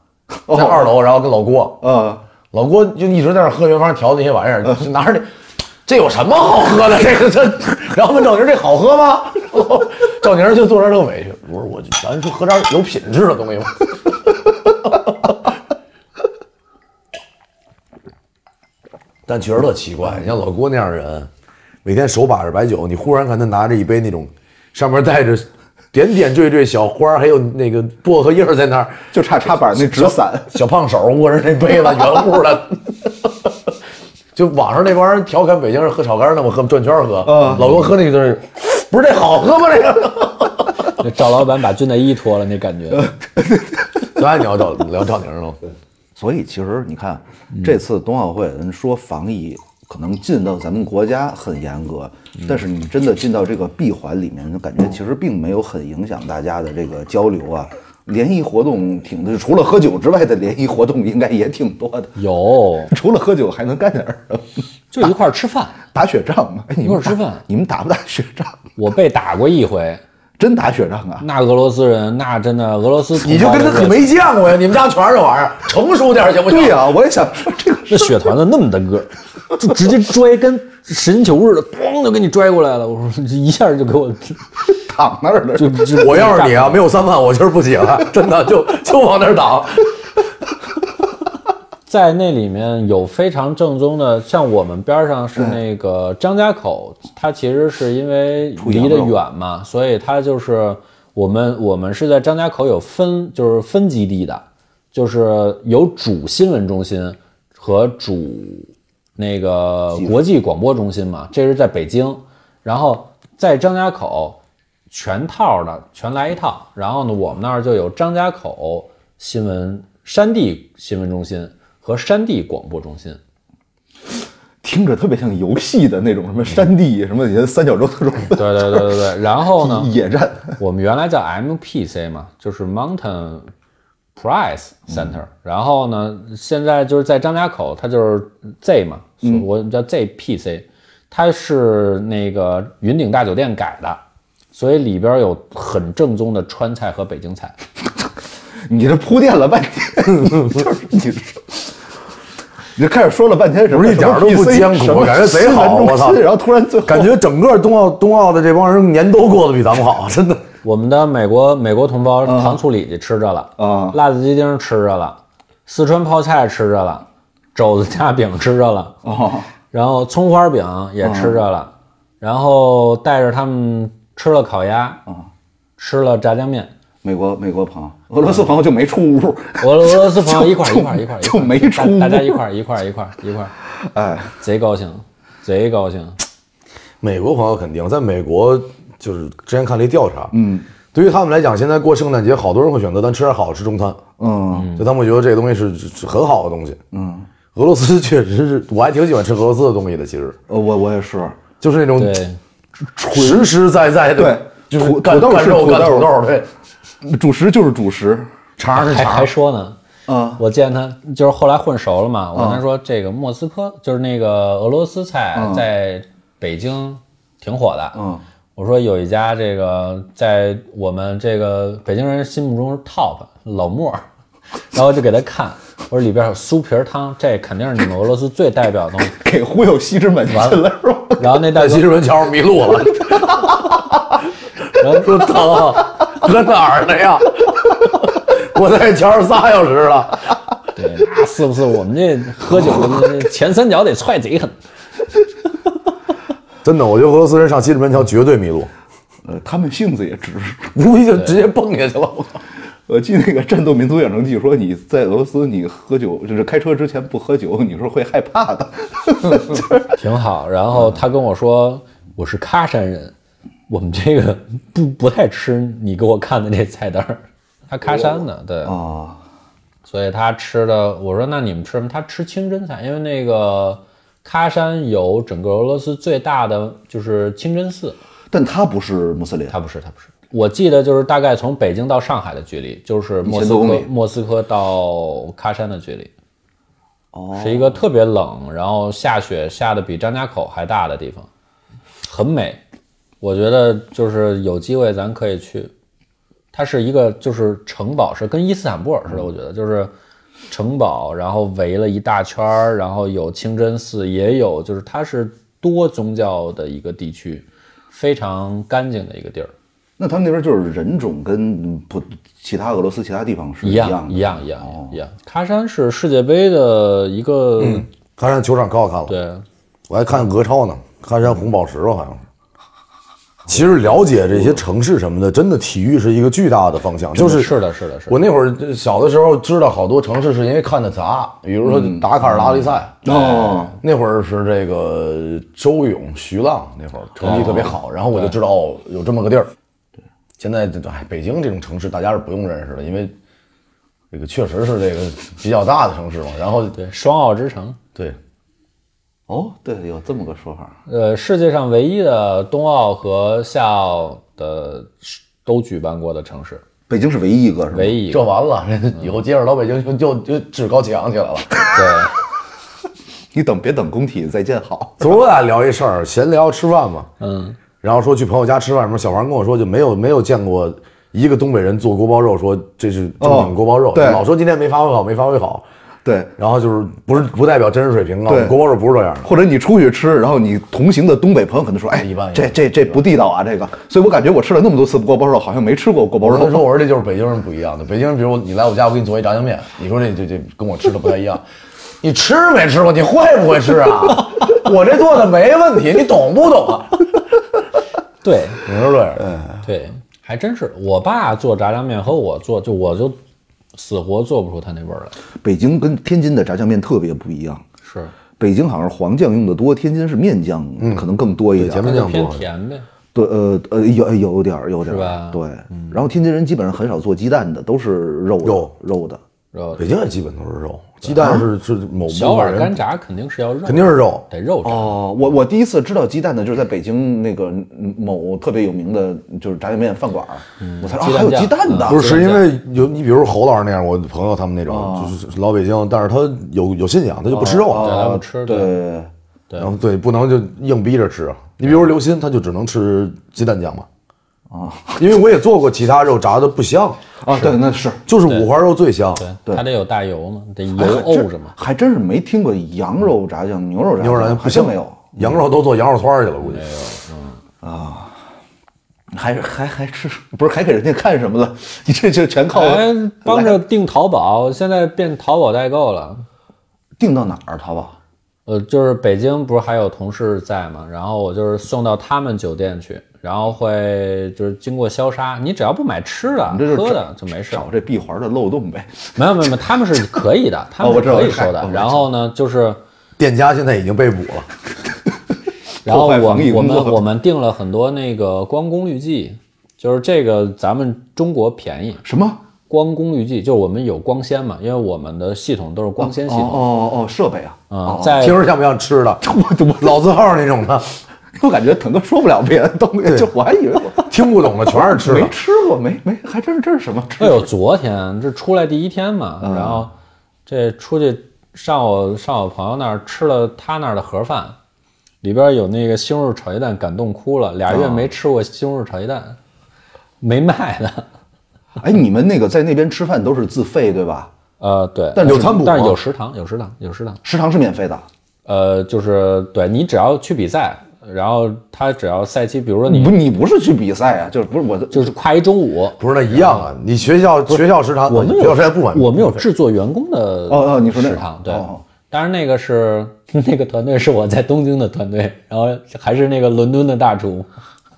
哦在二楼，然后跟老 郭，啊，老郭就一直在那儿喝元芳调的那些玩意儿，就拿着那，这有什么好喝的？这个这，然后问赵宁这好喝吗？赵宁就坐那儿弄委屈，我说我就咱就喝点有品质的东西吧。 但确实特奇怪，你像老郭那样的人，每天手把着白酒，你忽然看他拿着一杯那种上面带着点点缀缀小花儿，还有那个薄荷叶儿在那儿，就差插板那纸 伞，小胖手握着那杯子，圆乎的。 就网上那帮人调侃北京人喝炒肝儿那么喝转圈儿喝，老郭喝那个就是，不是这好喝吗？这 个， 那赵老板把军大衣脱了，那感觉。咱俩聊赵聊赵宁儿了，所以其实你看，这次冬奥会人说防疫可能进到咱们国家很严格，嗯但是你真的进到这个闭环里面，就感觉其实并没有很影响大家的这个交流啊。联谊活动挺，就除了喝酒之外的联谊活动应该也挺多的， 有，除了喝酒还能干点儿什么？就一块儿吃饭。打雪仗吗？哎，你一会儿们吃打饭你们打不打雪仗？我被打过一回，真打雪仗啊？那俄罗斯人那真的俄罗斯同你就胞跟的他可热没见过 呀，你们家全是这玩意儿，成熟点儿行不行？对呀、我也想说这个那血团子那么大个儿，就直接拽跟神球似的，咣就给你拽过来了。我说这一下就给我躺那儿的，就就我要是你啊，没有三万，我今儿不起 了，真的就就往那儿挡。在那里面有非常正宗的，像我们边儿上是那个张家口，它其实是因为离得远嘛，所以它就是我们我们是在张家口有分就是分基地的，就是有主新闻中心和主那个国际广播中心嘛，这是在北京，然后在张家口全套的全来一套。然后呢，我们那儿就有张家口新闻、山地新闻中心和山地广播中心。听着特别像游戏的那种什么山地什么以前三角洲特种对对对对对。然后 呢，野战，我们原来叫 MPC 嘛，就是 Mountain Price Center、然后呢，现在就是在张家口，它就是 Z 嘛，我们叫 ZPC，它是那个云顶大酒店改的，所以里边有很正宗的川菜和北京菜。你这铺垫了半天，就是你说，你这开始说了半天什么，不是一点儿都不艰苦什么感觉贼好新闻中心我操然后突然最后感觉整个冬奥冬奥的这帮人年都过得比咱们好，真的。我们的美国美国同嗯胞糖醋里脊吃着了，啊辣子鸡丁吃着了，四川泡菜吃着了，肘子夹饼吃着了，哦，然后葱花饼也吃着嗯了，然后带着他们吃了烤鸭，嗯吃了炸酱面，美国美国朋友，俄罗斯朋友就没出屋，俄俄罗斯朋友一块儿一块儿一块儿 就没一块儿出大大家一块儿一块儿一块儿一块儿，哎，贼高兴，贼高兴。美国朋友肯定，在美国就是之前看了一调查，嗯，对于他们来讲，现在过圣诞节，好多人会选择咱吃点好吃中餐，嗯，就他们会觉得这个东西是是很好的东西，嗯。俄罗斯确实是，我还挺喜欢吃俄罗斯的东西的，其实呃我我也是，就是那种对，实实在在的，对就是土干土豆干是肉土干土豆豆，对，主食就是主食，肠是还肠还，说呢，啊，我见他就是后来混熟了嘛，我跟他说这个莫斯科就是那个俄罗斯菜在北京挺火的，嗯，我说有一家这个在我们这个北京人心目中是 top 老莫儿，然后就给他看，我说里边有酥皮儿汤，这肯定是你们俄罗斯最代表的东西。给忽悠西直门去了是吧？然后那大在哥西直门桥上迷路 了，说疼，搁哪儿呢 呀？我在桥上仨小时了。对，那是不是我们这喝酒的这前三脚得踹贼狠？真的，我觉得俄罗斯人上西直门桥绝对迷路，呃，他们性子也直。无疑就直接蹦下去了。我靠我记那个《战斗民族养成记》说，你在俄罗斯你喝酒，就是开车之前不喝酒，你是会害怕的。挺好。然后他跟我说我是喀山人，我们这个不不太吃你给我看的这菜单儿。 他喀山的，对，啊，所以他吃的，我说那你们吃什么？他吃清真菜，因为那个喀山有整个俄罗斯最大的就是清真寺，但他不是穆斯林，他不是，他不是。我记得就是大概从北京到上海的距离，就是莫1000斯多公科里莫斯科到喀山的距离。哦，是一个特别冷，然后下雪下的比张家口还大的地方，很美。我觉得就是有机会咱可以去。它是一个就是城堡是跟伊斯坦布尔似嗯的，我觉得就是城堡，然后围了一大圈儿，然后有清真寺，也有就是它是多宗教的一个地区，非常干净的一个地儿，那他们那边就是人种跟不其他俄罗斯其他地方是一样样的一样一样一样。喀山是世界杯的一个、喀山球场可好看了，对我还看俄超呢，喀山红宝石吧， 好像是。其实了解这些城市什么的，真的体育是一个巨大的方向，就是是的是的是的我那会儿小的时候知道好多城市是因为看的杂，比如说达喀尔拉力赛，哦，那会儿是这个周勇、徐浪，那会儿成绩特别好，然后我就知道哦有这么个地儿。现在这哎，北京这种城市大家是不用认识的，因为这个确实是这个比较大的城市嘛。然后对双奥之城。对，哦，对，有这么个说法。呃，世界上唯一的冬奥和夏奥的都举办过的城市，北京是唯一一个，是吧？唯一一这个。完了， 以后接着老北京就就就趾高气扬起来了。对，你等别等工体再见好， 昨儿我俩聊一事儿，闲聊吃饭嘛，嗯，然后说去朋友家吃饭的时候，小王跟我说就没有没有见过一个东北人做锅包肉，说这是正经锅包肉，哦对老说今天没发挥好，没发挥好，对，然后就是不是不代表真实水平啊对，锅包肉不是这样的。或者你出去吃，然后你同行的东北朋友可能说，哎，一般一般这这这不地道啊，这个，所以我感觉我吃了那么多次锅包肉，好像没吃过锅包我跟他肉。说，我说这就是北京人不一样的。北京人，比如你来我家，我给你做一炸酱面，你说这这这跟我吃的不太一样。你吃没吃过？你会不会吃 啊？我这做的没问题，你懂不懂啊？对，你说这样，对，还真是。我爸做炸酱面和我做，就我就死活做不出他那味儿来。北京跟天津的炸酱面特别不一样，是，北京好像是黄酱用的多，天津是面酱嗯可能更多一点对。那那就酱偏多了甜呗。对，呃呃，有有点儿有点儿是吧对，嗯然后天津人基本上很少做鸡蛋的，都是肉的肉肉的。然后北京也基本都是肉，鸡蛋是是某小部分碗干人炸肯定是要肉，肯定是肉。得肉炸。哦，我我第一次知道鸡蛋的，就是在北京那个嗯某特别有名的，就是炸酱面饭馆儿，我才知鸡蛋道、啊、还有酱鸡蛋的，不是，是因为有你，比如侯老师那样，我朋友他们那种，就是老北京，但是他有有信仰，他就不吃肉对，啊。咱们吃对的。然后对，不能就硬逼着吃啊。你比如刘鑫，他就只能吃鸡蛋酱嘛。啊，因为我也做过其他肉炸的不香，啊，对，那是就是五花肉最香。对，它得有大油嘛，得哎油还沤真着嘛。还真是没听过羊肉炸酱、牛肉炸酱，牛肉人还不真香没有，，羊肉都做羊肉串儿去了，估计。还还还吃不是还给人家看什么了？ 你这就全靠哎，帮着订淘宝，现在变淘宝代购了。订到哪儿淘宝？呃，就是北京不是还有同事在嘛，然后我就是送到他们酒店去，然后会就是经过消杀，你只要不买吃的你这就是喝找的就没事。找这闭环的漏洞呗。没有没有，没有，他们是可以的，他们哦我是知道可以我看收的。我知道然后呢，就是店家现在已经被捕了，然后破坏我防疫们我工作们我们订了很多那个光功率计，就是这个咱们中国便宜，什么？光功率计就是我们有光纤嘛，因为我们的系统都是光纤系哦统哦哦，设备啊！啊，在听着像不像吃的？我我老字号那种的，我感觉腾哥说不了别的东西，就我还以为我听不懂的全是啊吃没的。吃过，没没，还真是这是 什么吃哎？呦，昨天这出来第一天嘛，嗯然后这出去上我上我朋友那儿吃了他那儿的盒饭，里边有那个西红柿炒鸡蛋，感动哭了，俩啊月没吃过西红柿炒鸡蛋，没卖的。哎，你们那个在那边吃饭都是自费对吧？呃，对，但是有餐补吗但是有食堂，有食堂，有食堂。食堂是免费的。呃，就是对你只要去比赛，然后他只要赛期，比如说你你不，你不是去比赛啊？就是不是我的嗯就是跨一中午，不是那一样啊？你学校学校食堂，哦我们学有校食堂不管，我们有制作员工的哦哦你说那个食堂对哦哦，当然那个是 那个团队是我在东京的团队，然后还是那个伦敦的大厨，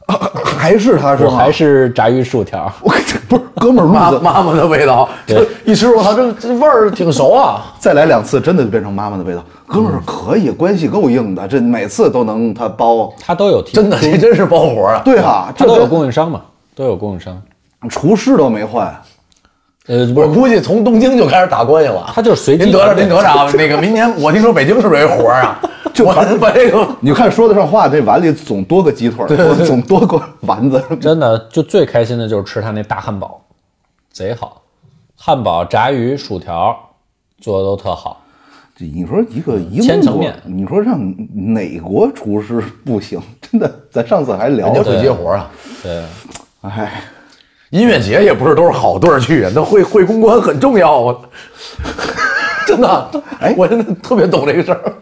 还是他是我吗？还是炸鱼薯条，我 不是哥们儿妈路子，妈妈的味道，这一吃我操，这这味儿挺熟啊。 再来两次真的就变成妈妈的味道。哥嗯们儿可以，关系够硬的，这每次都能他包。他都有提真供的，这真是包活啊！对啊，他这都有跟供应商嘛，都有供应商，厨师都没换。呃，不我是，估计从东京就开始打关系 了。他就是随机您得着，团队您得着啊，那个明年我听说北京是不是有一活儿啊？就把这个你看说得上话，这碗里总多个鸡腿儿，或者总多个丸子。真的就最开心的就是吃他那大汉堡，贼好，汉堡、炸鱼、薯条做的都特好，你说一个英千层国面，你说让哪国厨师 不行？真的，咱上次还聊人家了，会接活啊。对，哎，音乐节也不是都是好队儿去啊，那会会公关很重要啊。 真的，啊哎我真的特别懂这个事儿。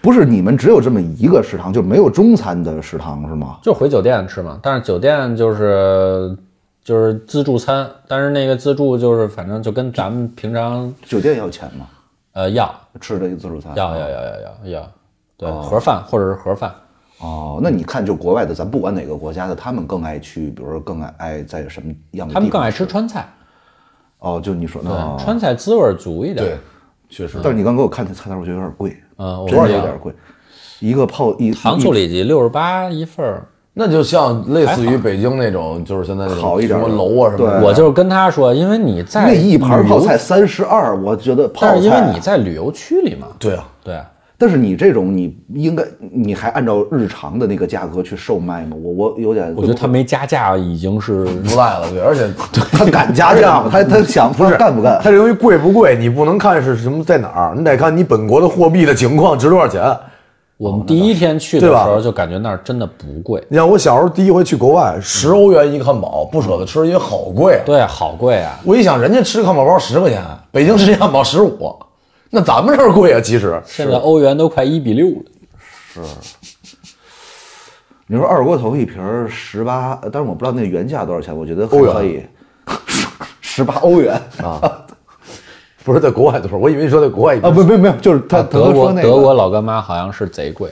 不是你们只有这么一个食堂，就没有中餐的食堂是吗？就回酒店吃嘛。但是酒店就是就是自助餐，但是那个自助就是反正就跟咱们平常酒店要钱吗？呃要吃的自助餐要要要要要要，对、盒饭或者是盒饭，哦，那你看，就国外的，咱不管哪个国家的，他们更爱去，比如说更爱爱在什么样的地方？他们更爱吃川菜，哦，就你说的、哦嗯，川菜滋味儿足一点。，确实。但是你刚给我看那菜单，我觉得有点贵，嗯，我真不的知有道点贵。一个泡一糖醋里脊六十八一份儿。那就像类似于北京那种，就是现在那种好一点什的么楼啊什么的。我就是跟他说，因为你在那一盘旅泡游菜，三十二，我觉得泡嗯菜。但是因为你，在旅游区里嘛，对啊，对啊，但是你这种你应该你还按照日常的那个价格去售卖吗？我我有点，我觉得他没加价已经 是无赖 了，对，而且他敢加 价吗？他他想不是干不干？它这东西贵不贵，你不能看是什么在哪儿，你得看你本国的货币的情况值多少钱。我们第一天去的对时吧候就感觉那儿真的不贵，你像我小时候第一回去国外，十欧元一个汉堡，不舍得吃，因为好贵。对啊，好贵啊。我一想，人家吃汉堡包十块钱，北京吃汉堡十五，那咱们这儿贵啊，其实。现在欧元都快一比六了，你说二锅头一瓶十八，但是我不知道那个原价多少钱，我觉得还哦欧元可以， 十八欧元啊不是在国外多少，我以为你说在国外一啊！边不，没有没有，就是他他德刚国说那个德国老干妈好像是贼贵，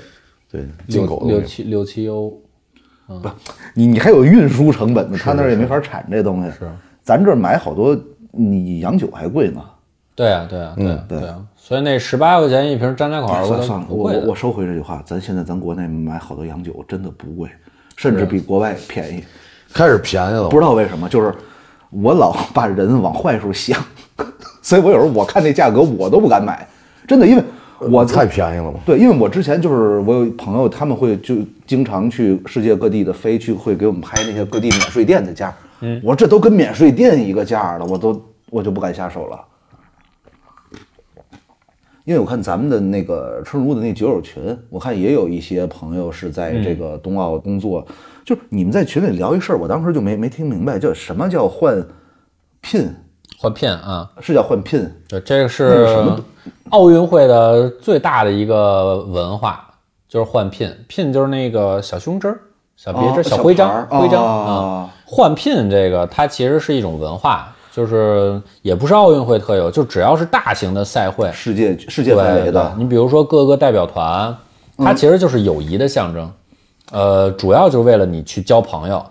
对进六口的六东西七六七欧。你你还有运输成本呢，他那儿也没法产这东西。是，咱这儿买好多，你洋酒还贵呢。对啊，对啊，对啊，对啊。所以那十八块钱一瓶张家口二锅嗯哎头算算了，不我贵我的我收回这句话。咱现在咱国内买好多洋酒真的不贵，甚至比国外便宜。开始便宜了。不知道为什么，就是我老 把人往坏处想， 所以我有时候我看那价格我都不敢买，真的，因为我太便宜了嘛。对，因为我之前就是我有朋友，他们会就经常去世界各地的飞，去会给我们拍那些各地免税店的价。嗯，我说这都跟免税店一个价了，我都我就不敢下手了。因为我看咱们的那个春如的那酒友群，我看也有一些朋友是在这个冬奥工作，就是你们在群里聊一事儿，我当时就没没听明白，叫什么叫换聘，换片啊。是叫换聘对，这个是奥运会的最大的一个文化，就是换聘。聘就是那个小胸针儿、小别针儿、哦小徽章、牌儿徽章哦啊、换聘这个，它其实是一种文化，就是也不是奥运会特有，就只要是大型的赛会，世界世界范围对的嗯对，你比如说各个代表团，它其实就是友谊的象征，呃，主要就是为了你去交朋友、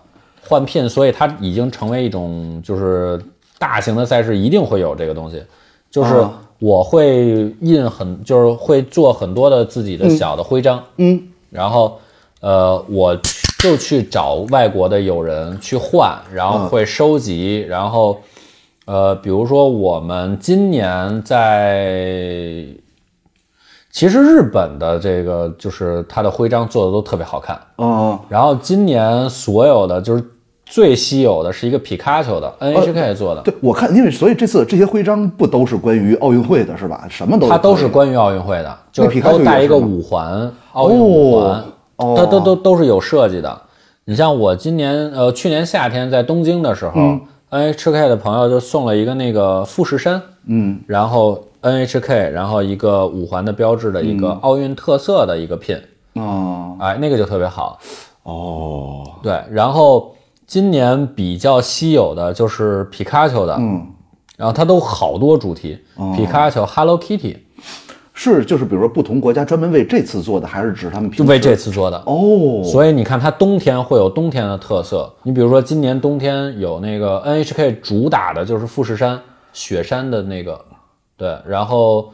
换聘，所以它已经成为一种就是大型的赛事一定会有这个东西，就是啊我会印很，就是会做很多的自己的小的徽章，嗯，然后呃，我就去找外国的友人去换，然后会收集，然后。呃，比如说我们今年在，其实日本的这个就是它的徽章做的都特别好看。哦，然后今年所有的就是最稀有的是一个皮卡丘的 NHK 做的，哦对，我看，因为所以这次这些徽章不都是关于奥运会的，是吧？什么都它都可以是关于奥运会的，那就是皮卡丘都带也一个是吗五环，奥运五环，哦它都都都是有设计的。你像我今年呃去年夏天在东京的时候、n 嗯 h k 的朋友就送了一个那个富士山，嗯，然后 NHK，然后一个五环的标志的一嗯个奥运特色的一个 pin，、哦哎，那个就特别好。哦，对，然后今年比较稀有的就是皮卡丘的，嗯，哦然后它都好多主题，皮卡丘、Hello Kitty，是就是比如说不同国家专门为这次做的，还是指他们就平时为这次做的。哦所以你看，它冬天会有冬天的特色。你比如说，今年冬天有那个 NHK 主打的就是富士山雪山的那个，对。然后，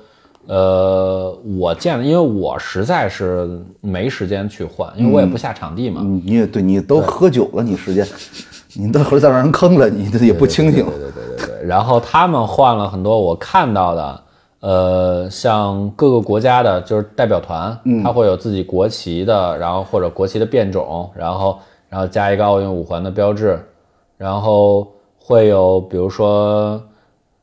呃，我见了，因为我实在是没时间去换，因为嗯我也不下场地嘛。你也对你都喝酒了，你时间，你到时候再让人坑了，你这也不清醒。对对对对。然后他们换了很多我看到的，呃，像各个国家的，就是代表团，嗯他会有自己国旗的，然后或者国旗的变种，然后然后加一个奥运五环的标志，然后会有比如说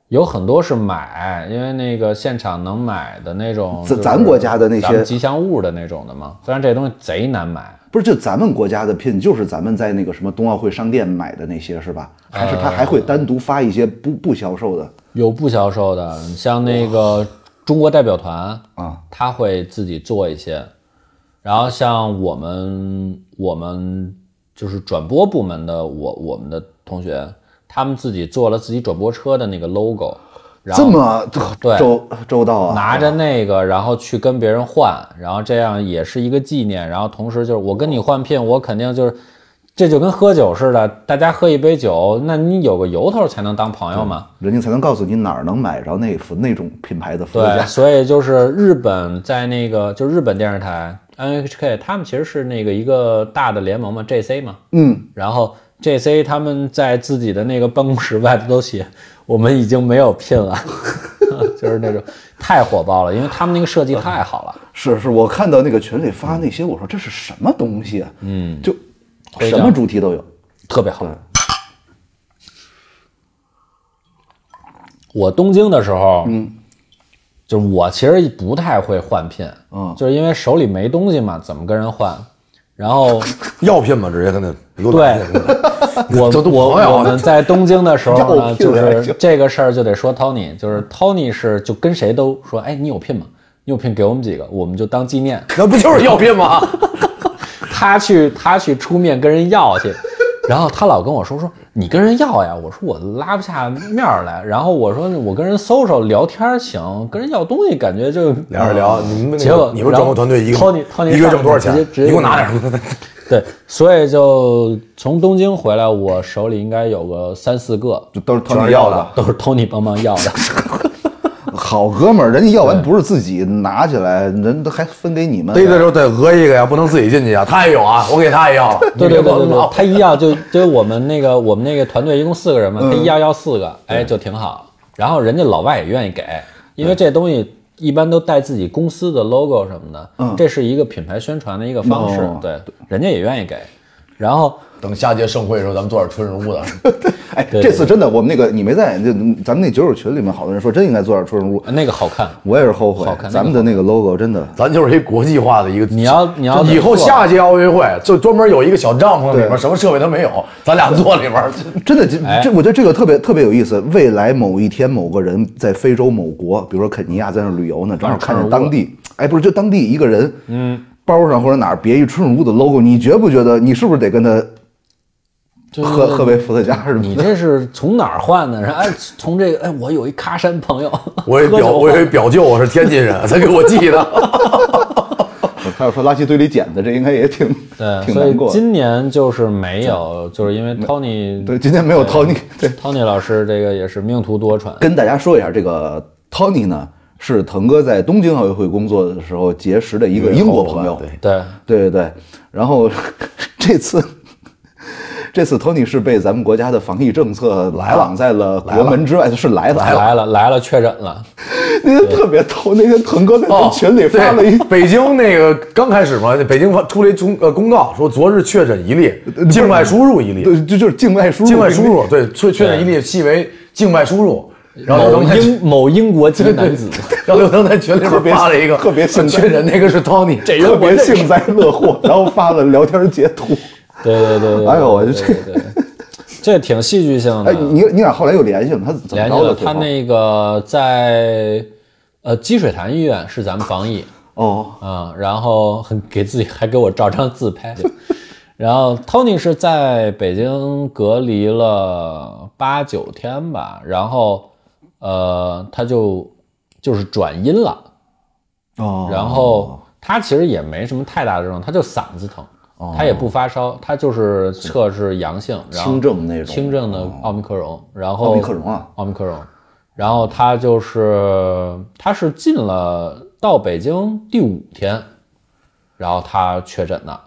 有很多是买，因为那个现场能买的那种，咱就是咱国家的那些咱们吉祥物的那种的嘛。虽然这东西贼难买，不是，就咱们国家的 pin 就是咱们在那个什么冬奥会商店买的那些是吧？还是他还会单独发一些不不销售的？有不销售的，像那个中国代表团啊，他会自己做一些。然后像我们我们就是转播部门的我我们的同学，他们自己做了自己转播车的那个 logo，然后这么对周周到啊？拿着那个，然后去跟别人换，然后这样也是一个纪念。然后同时就是我跟你换聘，我肯定就是，这就跟喝酒似的，大家喝一杯酒，那你有个由头才能当朋友嘛。人家才能告诉你哪儿能买着那副那种品牌的伏特对，加。所以就是日本在那个就日本电视台 NHK，他们其实是那个一个大的联盟嘛，JC 嘛，嗯，然后 JC 他们在自己的那个办公室外头都写我们已经没有聘了， 就是那种太火爆了，因为他们那个设计太好了。是是，我看到那个群里发那些，我说这是什么东西啊？嗯，就徽什章么主题都有。特别好。我东京的时候，嗯，就是我其实不太会换聘，嗯就是因为手里没东西嘛，怎么跟人换？然后 药品嘛，直接跟他你给我对拿去给我拿去我这都我朋友啊我们在东京的时候要 呢，聘就了是这个事儿就得说 Tony，就是 Tony 是就跟谁都说，哎，你有聘吗？你有聘给我们几个，我们就当纪念。那不就是药品 吗？她去她去出面跟人要去， 然后她老跟我说说你跟人要呀，我说我拉不下面儿来，然后我说我跟人搜搜聊天儿行，跟人要东西感觉就嗯聊着聊，你们那结果个你们整个团队一个 Tony- Tony 一个月挣多少钱上来？直接你给我拿点什么？对，所以就从东京回来，我手里应该有个三四个，就都是全 Tony 是要要的，都是 Tony 帮忙要的。好哥们儿，人家要完不是自己拿起来，人都还分给你们。逮的时候得讹一个呀，不能自己进去呀。他也有啊，我给他也要了。对对你给对我对对拿，他一要就就我们那个我们那个团队一共四个人嘛，他一要要四个，哎，就挺好。然后人家老外也愿意给，因为这东西一般都带自己公司的 logo 什么的，这是一个品牌宣传的一个方式哦，对，人家也愿意给。然后等下届盛会的时候，咱们做点春日屋的。哎，这次真的，我们那个你没在，就咱们那酒友群里面，好多人说真应该做点出人物，那个好看，我也是后悔好看那，个咱们的那个 logo 真的咱就是一国际化的一个。你要你要以后做下届奥运会就专门有一个小帐篷，里对面什么设备都没有，咱俩坐里 边。真的，这这，我觉得这个特别特别有意思。未来某一天，某个人在非洲某国，比如说肯尼亚，在那旅游呢，正好看见当地，哎，不是，就当地一个人，嗯，包上或者哪儿别一春日屋的 logo，你觉不觉得？你是不是得跟他就是喝喝杯伏特加什么你的？这是从哪儿换的？然后哎，从这个哎，我有一喀山朋友，我有一表，我有一表舅，我是天津人，他给我寄 的。我看我说垃圾堆里捡的，这应该也挺对，挺所难以过的。今年就是没有，就是因为 Tony 对，今天没有 Tony，对， Tony 老师这个也是命途多舛，跟大家说一下，这个 Tony 呢是腾哥在东京奥运会工作的时候结识的一个英国朋友，对对。对对对，然后 这次。这次 Tony 是被咱们国家的防疫政策来挡在啊了国门之外，是来了，来。了来了，确诊了。 那天特别逗，那天腾哥在咱群里发了一对北京那个刚开始嘛，北京发出了一公呃公告，说昨日确诊一例，呃境外输入一例， 对，就就是境外输入，境外输入对，确确诊一例系为境外输入。然后刘某能在群，英 某英国籍男子，然后刘能在群里特别边发了一个啊特别兴奋确诊那个是 Tony，这特别幸灾乐祸，然后发了聊天截图。对对对对。 哎呦我对这对对对，这挺戏剧性哎，的。 你你俩后来又联系了吗？他怎么联系着了的？最他后那个在呃积水潭医院是咱们防疫哦，啊，然后很给自己还给我照张自 拍。然后 Tony 是在北京隔离了八九天吧，然后呃他就就是转阴了。哦，然后他其实也没什么太大的症状，他就嗓子疼，哦他也不发烧，他就是测试阳性，然后轻症那种轻症的奥密克戎，然后哦奥密克戎啊，奥密克戎，然后他就是他是进了到北京第五天，然后他确诊的，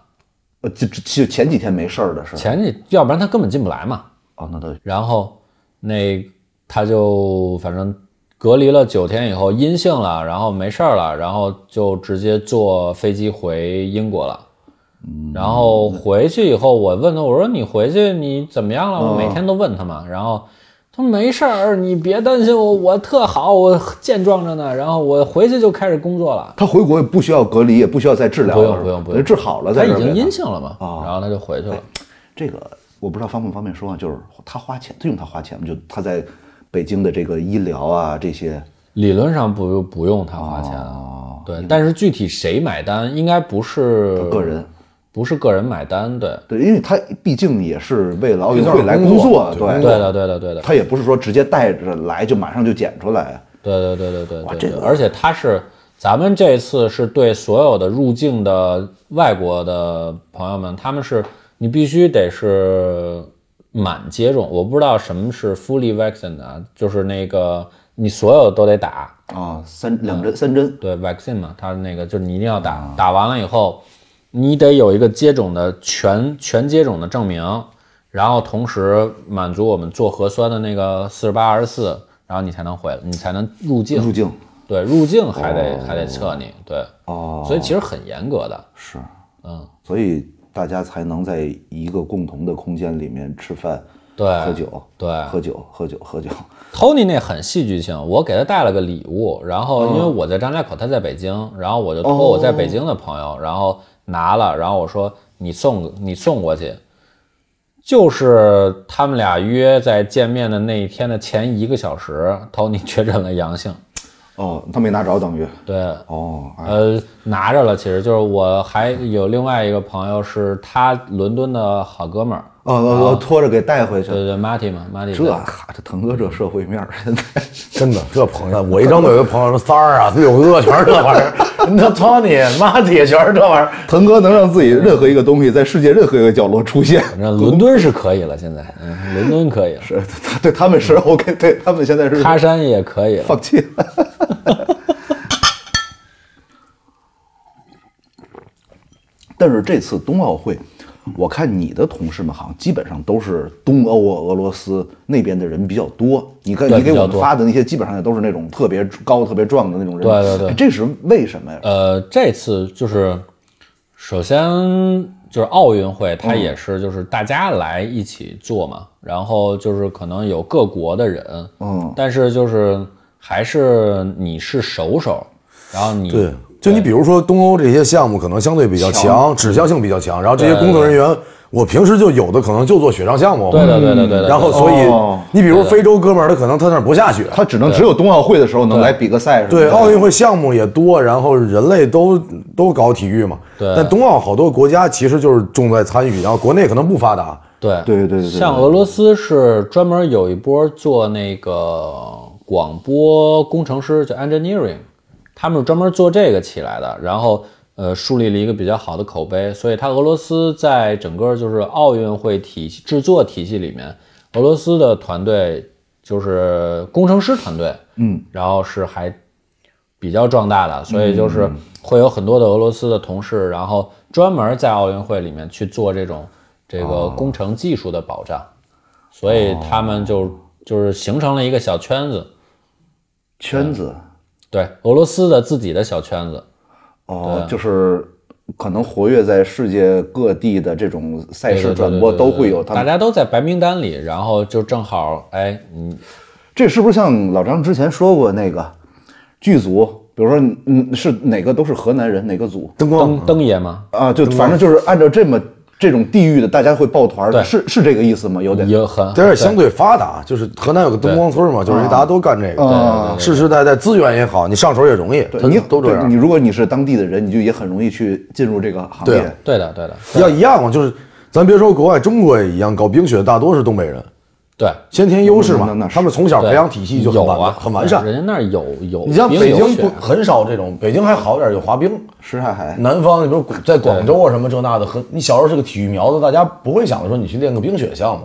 呃就就就前几天没事儿的是吧？前几要不然他根本进不来嘛，哦，那倒是然后那他就反正隔离了九天以后阴性了，然后没事儿了，然后就直接坐飞机回英国了。然后回去以后，我问他，我说你回去你怎么样了？我每天都问他嘛。然后他说没事儿，你别担心我，我特好，我健壮着呢。然后我回去就开始工作了，他回国也不需要隔离，也不需要再治疗不了，用不用不等用，于治好了他再已经阴性了嘛，啊然后他就回去了。这个我不知道方不方便说啊，就是他花钱，他用他花钱吗？就他在北京的这个医疗啊这些，理论上不用不用他花钱哦啊，对，但是具体谁买单，应该不是个人，不是个人买单，对，对，因为他毕竟也是为了奥运会来工作，对对对，的，对的，对的，他也不是说直接带着来就马上就检出来，对对对对对对这对，而且他是咱们这次是对所有的入境的外国的朋友们，他们是你必须得是满接种，我不知道什么是 fully vaccine 啊，就是那个你所有都得打，啊，三两针三针，对 vaccine 嘛，它那个就是你一定要啊打，打完了以后，你得有一个接种的全全接种的证明，然后同时满足我们做核酸的那个四十八二十四，然后你才能回，你才能入境。入境对，入境还得、还得测你，对，哦，所以其实很严格的。是，嗯，所以大家才能在一个共同的空间里面吃饭、对，喝酒、哎对喝酒、喝酒、喝酒， Tony 那很戏剧性，我给他带了个礼物，然后因嗯为我在张家口，他在北京，然后我就托我在北京的朋友，然后拿了，然后我说你送你送过去，就是他们俩约在见面的那一天的前一个小时，Tony 确诊了阳性，哦，他没拿着等于，对，哦，哎呃，拿着了，其实就是我还有另外一个朋友是他伦敦的好哎哥们儿，哦哦哦，拖着给带回去对，对对，Marty 嘛，Marty 这哈，这腾哥这社会面儿现在。真的，这朋友，我一张嘴有朋友说三儿啊、六哥全是这玩意儿， 那 Tony、马铁全是这玩意儿。 腾哥能让自己任何一个东西在世界任何一个角落出现，反正伦敦是可以了，现在，嗯，伦敦可以了，是他 对他们是 OK，对他们现在是喀山也可以了。放弃了。 但是这次冬奥会，我看你的同事们好像基本上都是东欧啊、俄罗斯那边的人比较多。你看对你给比较我们多发的那些，基本上也都是那种特别高、特别壮的那种人。对对对哎这是为什么呀？呃，这次就是首先就是奥运会，它也是就是大家来一起做嘛，然后就是可能有各国的人，嗯，但是就是还是你是首手，然后你对，就你比如说东欧这些项目可能相对比较强，指向性比较强，然后这些工作人员，我平时就有的可能就做雪上项目，对的对的对的对的然后所哦以你比如非洲哥们儿，他可能他那儿不下雪，他只能只有冬奥会的时候能来比个赛，是吧对，奥运会项目也多，然后人类都都搞体育嘛。对但冬奥好多国家其实就是重在参与，然后国内可能不发达。对对对对对对像俄罗斯是专门有一波做那个广播工程师，叫 engineering，他们是专门做这个起来的，然后呃树立了一个比较好的口碑，所以它俄罗斯在整个就是奥运会体系制作体系里面，俄罗斯的团队就是工程师团队，嗯，然后是还比较壮大嗯的，所以就是会有很多的俄罗斯的同事，然后专门在奥运会里面去做这种这哦个工程技术的保障，所以他们就就是形成了一个小圈子， 圈子。对俄罗斯的自己的小圈子，哦，就是可能活跃在世界各地的这种赛对事对对转播对对都对会有他大们。家都在白名单里，然后就正好哎，你这是不是像老张之前说过那个剧组？比如说，嗯，是哪个都是河南人，哪个组灯光登登爷吗？啊？就反正就是按照这么这种地域的，大家会抱团儿的，对嗯是是这个意思吗？有点也很但是相对发达，就是河南有个灯光村嘛，就是大家都干这个，世世代代资源也好，你上手也容易，对他你都这对你样。如果你是当地的人，你就也很容易去进入这个行对业啊。对的对的要一样嘛，就是咱别说国外，中国也一样，搞冰雪大多是东北人，对，先天优势那那嘛那，是他们从小对培养体系就很有完啊，很完善人。家那儿有有，你像冰北有京不雪很少这种，北京还好点儿有滑冰，石海海，南方，你比如广在广州啊什么这那的，很你小时候是个体育苗子，大家不会想着说你去练个冰雪项目。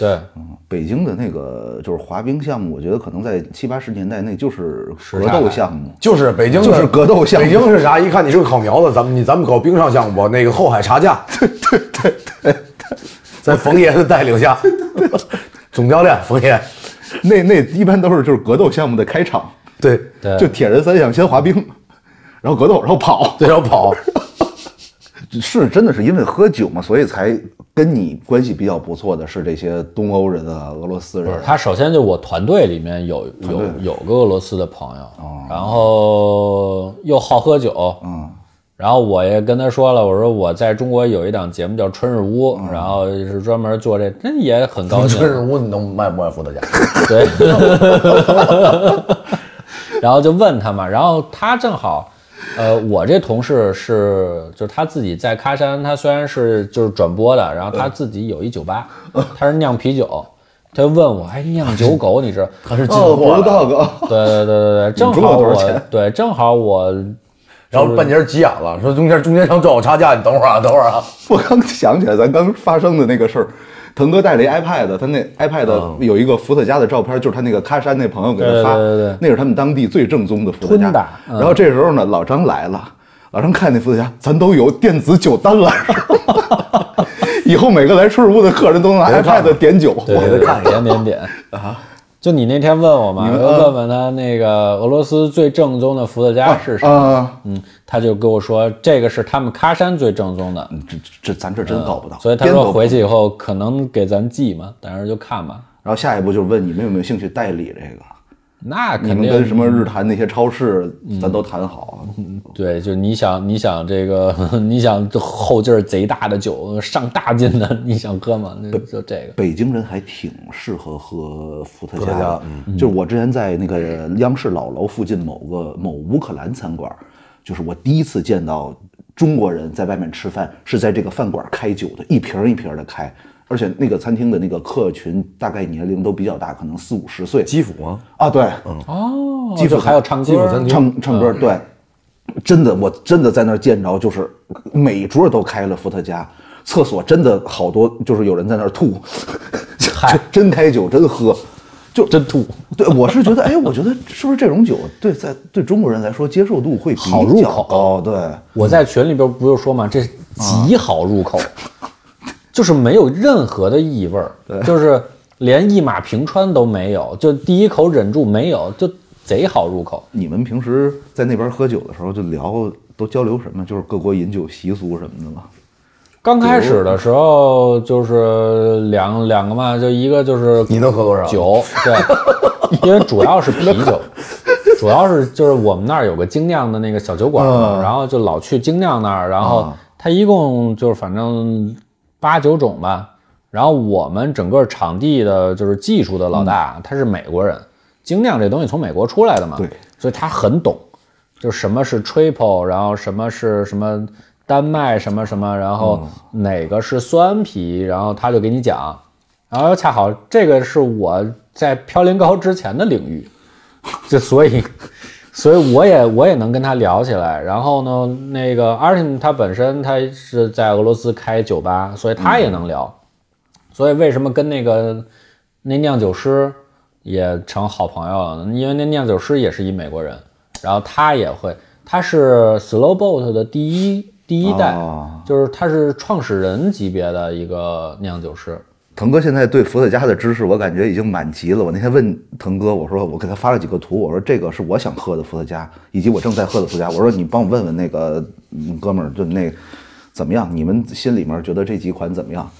对。北京的那个就是滑冰项目，我觉得可能在七八十年代那就是格海斗海项目。就是北京的就是格斗项目北京是啥？一看你是个烤苗子，咱们你咱们搞冰上项目吧，那个后海茶架，对对对对， 在冯爷的带领下，总教练冯爷，那那一般都是就是格斗项目的开场，对对就铁人三项先滑冰，然后格斗，然后跑。对，然后跑，是真的是因为喝酒嘛，所以才跟你关系比较不错的是这些东欧人啊、俄罗斯人啊，他首先就我团队里面有有有个俄罗斯的朋友，然后又好喝酒，嗯，然后我也跟他说了，我说我在中国有一档节目叫《春日屋》，然后是专门做这，那也很高兴春，日屋你能卖不卖伏特加？对， 然后就问他嘛，然后他正好，呃，我这同事是就是他自己在喀山，他虽然是就是转播的，然后他自己有一酒吧，哦他是酿啤酒，他就问我，哎，酿酒狗你知 道？他是进货哦，不了，道哥，对对对对对，正中国好多少我钱对正好我然后半截急眼了，说中间中间商赚我差价，你等会儿啊，等会儿啊。 我刚想起来咱刚发生的那个事儿。腾哥带了一 iPad，他嗯那 iPad 有一个伏特加的照片，就是他那个喀山那朋友给他发，对对对对那是他们当地最正宗的伏特加吞的。嗯然后这时候呢，老张来了，老张看那伏特加，咱都有电子酒单了， 以后每个来春日屋的客人都能拿别看 iPad 点酒，对对对点点点啊。就你那天问我嘛，你们呃我就问问他那个俄罗斯最正宗的伏特加是啥？啊，嗯，他就跟我说这个是他们喀山最正宗的，这这这咱这真搞不到，嗯所以他颠倒说不回去以后可能给咱寄嘛，但是就看吧。然后下一步就是问你们有没有兴趣代理这个？那你肯们跟定嗯什么日坛那些超市，咱都谈好。啊对，就你想你想这个 你想后劲儿贼大的酒上大劲的， 你想喝吗？那就这个。北京人还挺适合喝伏特加伏特加嗯的，就是我之前在那个央视老楼附近某个某乌克兰餐馆，就是我第一次见到中国人在外面吃饭是在这个饭馆开酒的，一瓶儿一瓶的开，而且那个餐厅的那个客群大概年龄都比较大，可能四五十岁基辅啊，嗯啊，对，哦，基辅就还有唱歌儿，唱唱歌，对，真的，我真的在那儿见着，就是每桌都开了伏特加，厕所真的好多，就是有人在那儿吐，就 真开酒，真喝，就真吐。对，我是觉得，哎，我觉得是不是这种酒对在对中国人来说接受度会比好入较口高？对，我在群里边不就说嘛，这啊极好入口， 就是没有任何的异味儿，就是连一马平川都没有，就第一口忍住没有，就贼好入口。你们平时在那边喝酒的时候就聊都交流什么？就是各国饮酒习俗什么的吗？刚开始的时候就是两两个嘛，就一个就是你能喝多少？，酒，对，因为主要是啤酒，主要是就是我们那儿有个精酿的那个小酒馆嘛，然后就老去精酿那儿，然后它一共就是反正八九种吧，然后我们整个场地的就是技术的老大、他是美国人，精酿这东西从美国出来的嘛，对，所以他很懂，就什么是 triple，然后什么是什么丹麦什么什么，然后哪个是酸啤，然后他就给你讲，然后恰好这个是我在飘零高之前的领域， 就所以， 所以我也我也能跟他聊起来。然后呢，那个 Artem 他本身他是在俄罗斯开酒吧，所以他也能聊。所以为什么跟那个那酿酒师也成好朋友了呢？因为那酿酒师也是一美国人，然后他也会，他是 Slow Boat 的第一第一代，哦就是他是创始人级别的一个酿酒师。腾哥现在对伏特加的知识，我感觉已经满级了。我那天问腾哥，我说我给他发了几个图，我说这个是我想喝的伏特加，以及我正在喝的伏特加。我说你帮我问问那个嗯哥们儿，就那怎么样？你们心里面觉得这几款怎么样？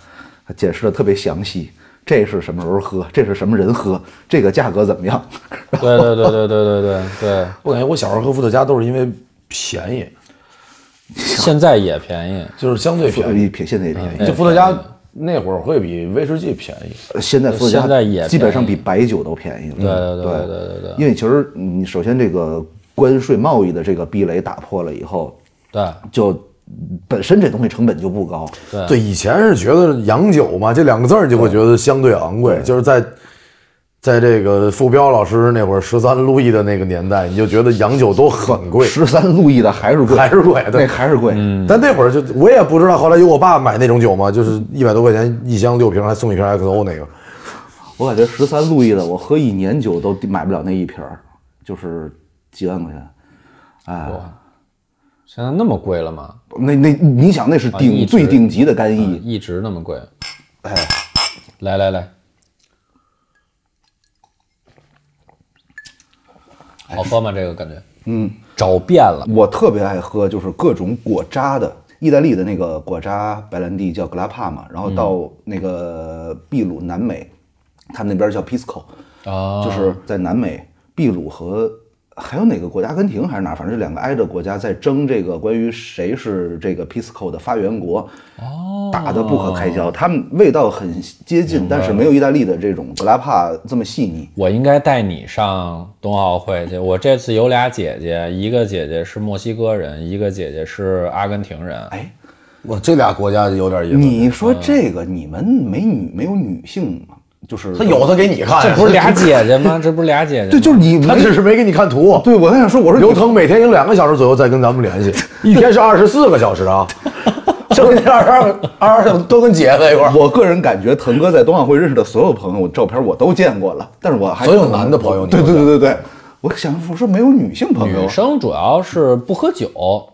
他解释的特别详细，这是什么时候喝，这是什么人喝，这个价格怎么样？对对对对对对对对，我感觉我小时候喝伏特加都是因为便宜，现在也便宜。就是相对便宜。一撇现在也便宜，就伏特加那会儿会比威士忌便宜，现在伏特现在也便加宜基本上比白酒都便宜了。对对对对对对对因为其实你首先这个关税贸易的这个壁垒打破了以后，对，就嗯本身这东西成本就不高，对，以前是觉得洋酒嘛，这两个字儿你就会觉得相对昂贵，就是在在这个傅彪老师那会儿十三路易的那个年代，你就觉得洋酒都很贵，十三路易的还是贵，还是贵，那对。还是贵。嗯但那会儿就我也不知道，后来有我爸买那种酒嘛，就是一百多块钱一箱六瓶，还送一瓶 XO 那个。我感觉十三路易的，我喝一年酒都买不了那一瓶儿，就是几万块钱。现在那么贵了吗？那那你想，那是啊一顶直最顶级的干邑，一直那么贵。哎来来来，哎好喝吗？这个感觉？嗯，找遍了。我特别爱喝，就是各种果渣的意大利的那个果扎白兰地叫格拉帕嘛，然后到那个秘鲁南美，他们那边叫 Pisco，啊，就是在南美，秘鲁和还有哪个国家，阿根廷还是哪儿，反正这两个挨着国家在争这个关于谁是这个 Pisco 的发源国，哦，打得不可开交。他们味道很接近，但是没有意大利的这种格拉帕这么细腻。我应该带你上冬奥会去。我这次有俩姐姐，一个姐姐是墨西哥人，一个姐姐是阿根廷人。哎，哇，这俩国家有点意思。你说这个你们没女没有女性吗？就是他有他给你看，这不是俩姐姐吗？这不是俩姐姐吗？对，就是你他没只是没给你看图。对我在想说，我说刘腾每天有两个小时左右在跟咱们联系，一天是二十四个小时 啊，剩下二十二个二十二个都跟姐在一块儿。我个人感觉腾哥在冬奥会认识的所有朋友，我照片我都见过了，但是我还所有男的朋友你对对都对对对，我想我说没有女性朋友女，生主要是不喝酒，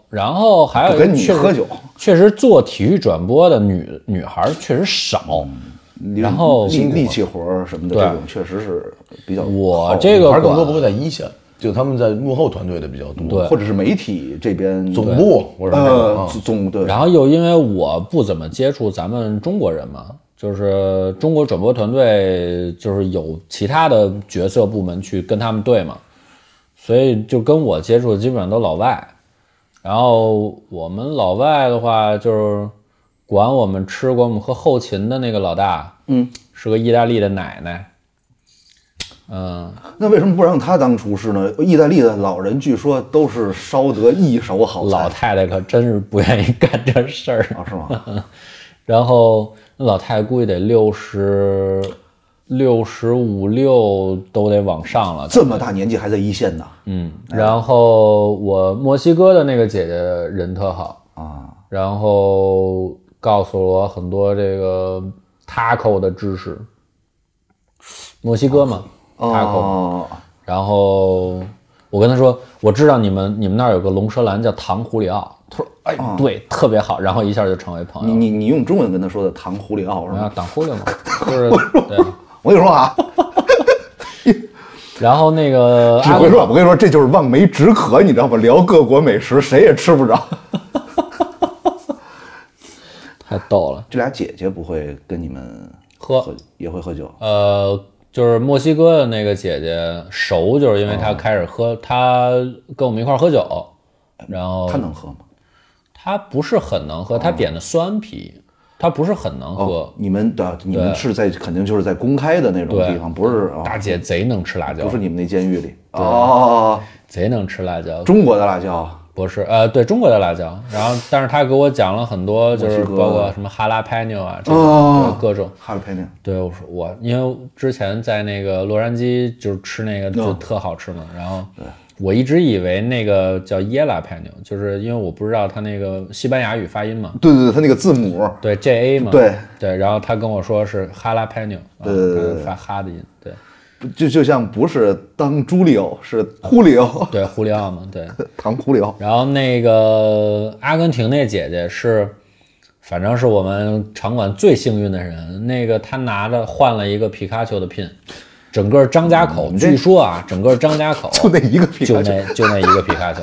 然后还有一个不跟你确实喝酒确实做体育转播的女女孩儿确实少。嗯然后力力气活儿什么的对这种确实是比较我好这个而更多馆不会在一线，就他们在幕后团队的比较多。对或者是媒体这边总部或者是那种呃啊总对，然后又因为我不怎么接触咱们中国人嘛，就是中国转播团队就是有其他的角色部门去跟他们对嘛，所以就跟我接触的基本上都老外。然后我们老外的话，就是管我们吃、管我们喝后勤的那个老大，嗯，是个意大利的奶奶，嗯，那为什么不让他当厨师呢？意大利的老人据说都是烧得一手好老菜太太可真是不愿意干这事儿。啊，是吗？然后那老太太估计得六十六十五六都得往上了。这么哎大年纪还在一线呢嗯，然后我墨西哥的那个姐姐人特好，啊，然后告诉了我很多这个 taco 的知识，墨西哥嘛，taco。哦，然后我跟她说，我知道你们你们那儿有个龙舌兰叫糖胡里奥，她说哎对，特别好，然后一下就成为朋哦你友了。啊你你用中文跟他说的糖狐狸奥是然后 吗？挡忽略嘛，就是对。我跟你说啊，然后那个只阿会说，我跟你说，这就是望梅止渴，你知道吗？聊各国美食，谁也吃不着。太逗了，这俩姐姐不会跟你们喝也会喝酒呃，就是墨西哥的那个姐姐熟，就是因为她开始喝，她跟我们一块儿喝酒，然后哦她能哦喝吗？她不是很能喝，她点的酸啤，她不是很能喝。你们的你们是在肯定就是在公开的那种对地方，不是啊，大姐贼能吃辣椒不，是你们那监狱里哦，贼能吃辣椒，中国的辣椒不是呃，对中国的辣椒。然后，但是她给我讲了很多，就是墨西哥包括什么哈拉佩纽啊，这种哦对各种。哈利佩尼，对，我说我因为之前在那个洛杉矶就是吃那个哦就特好吃嘛，然后我一直以为那个叫耶拉派牛，就是因为我不知道它那个西班牙语发音嘛，对对对，它那个字母对 J A 嘛，对对，然后他跟我说是哈拉派牛，对对对对对发哈的音，对就就像不是当朱利欧，是忽里欧，对，胡里奥嘛，对， 糖忽里欧，然后那个阿根廷那姐姐是，反正是我们场馆最幸运的人。那个她拿着换了一个皮卡丘的 pin，整个张家口，嗯据说啊，整个张家口就那一个 皮就卡丘，那就那一个皮卡 丘，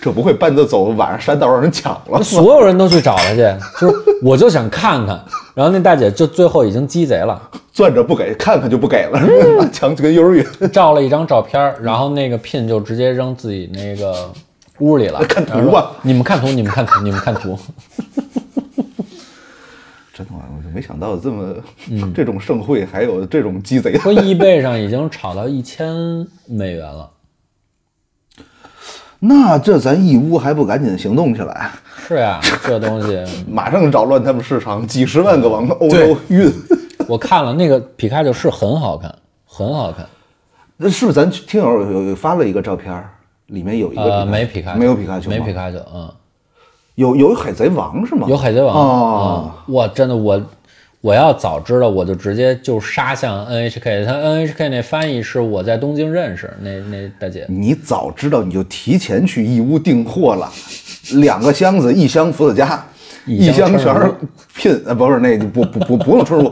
这不会搬着走晚上山道让人抢了吗？所有人都去找她去，就是我就想看看。然后那大姐就最后已经鸡贼了，攥着不给，看看就不给了，是嗯 吧？抢就跟幼 儿园，照了一张照片儿，然后那个 pin 就直接扔自己那个屋里了。看图啊吧然后说你们看图，你们看图，你们看图。真的吗，我就没想到这么、嗯这种盛会还有这种鸡贼。说易贝上已经炒到一千美元了。那这咱义乌还不赶紧行动起来，是呀，这东西马上扰乱他们市场，几十万个往欧洲运。我看了，那个皮卡丘是很好看，很好看。 那是不是咱听友有有发了一个照片儿，里面有一个皮卡丘、呃，没皮卡，没有皮卡丘吗，没皮卡丘，嗯，有有海贼王是吗？有海贼王。哦嗯，我真的我我要早知道，我就直接就杀向 NHK。他 NHK 那翻译是我在东京认识那那大姐，你早知道你就提前去义乌订货了，两个箱子，一箱伏特加，一一箱箱春全是拼，呃，不是那不不不不用春露，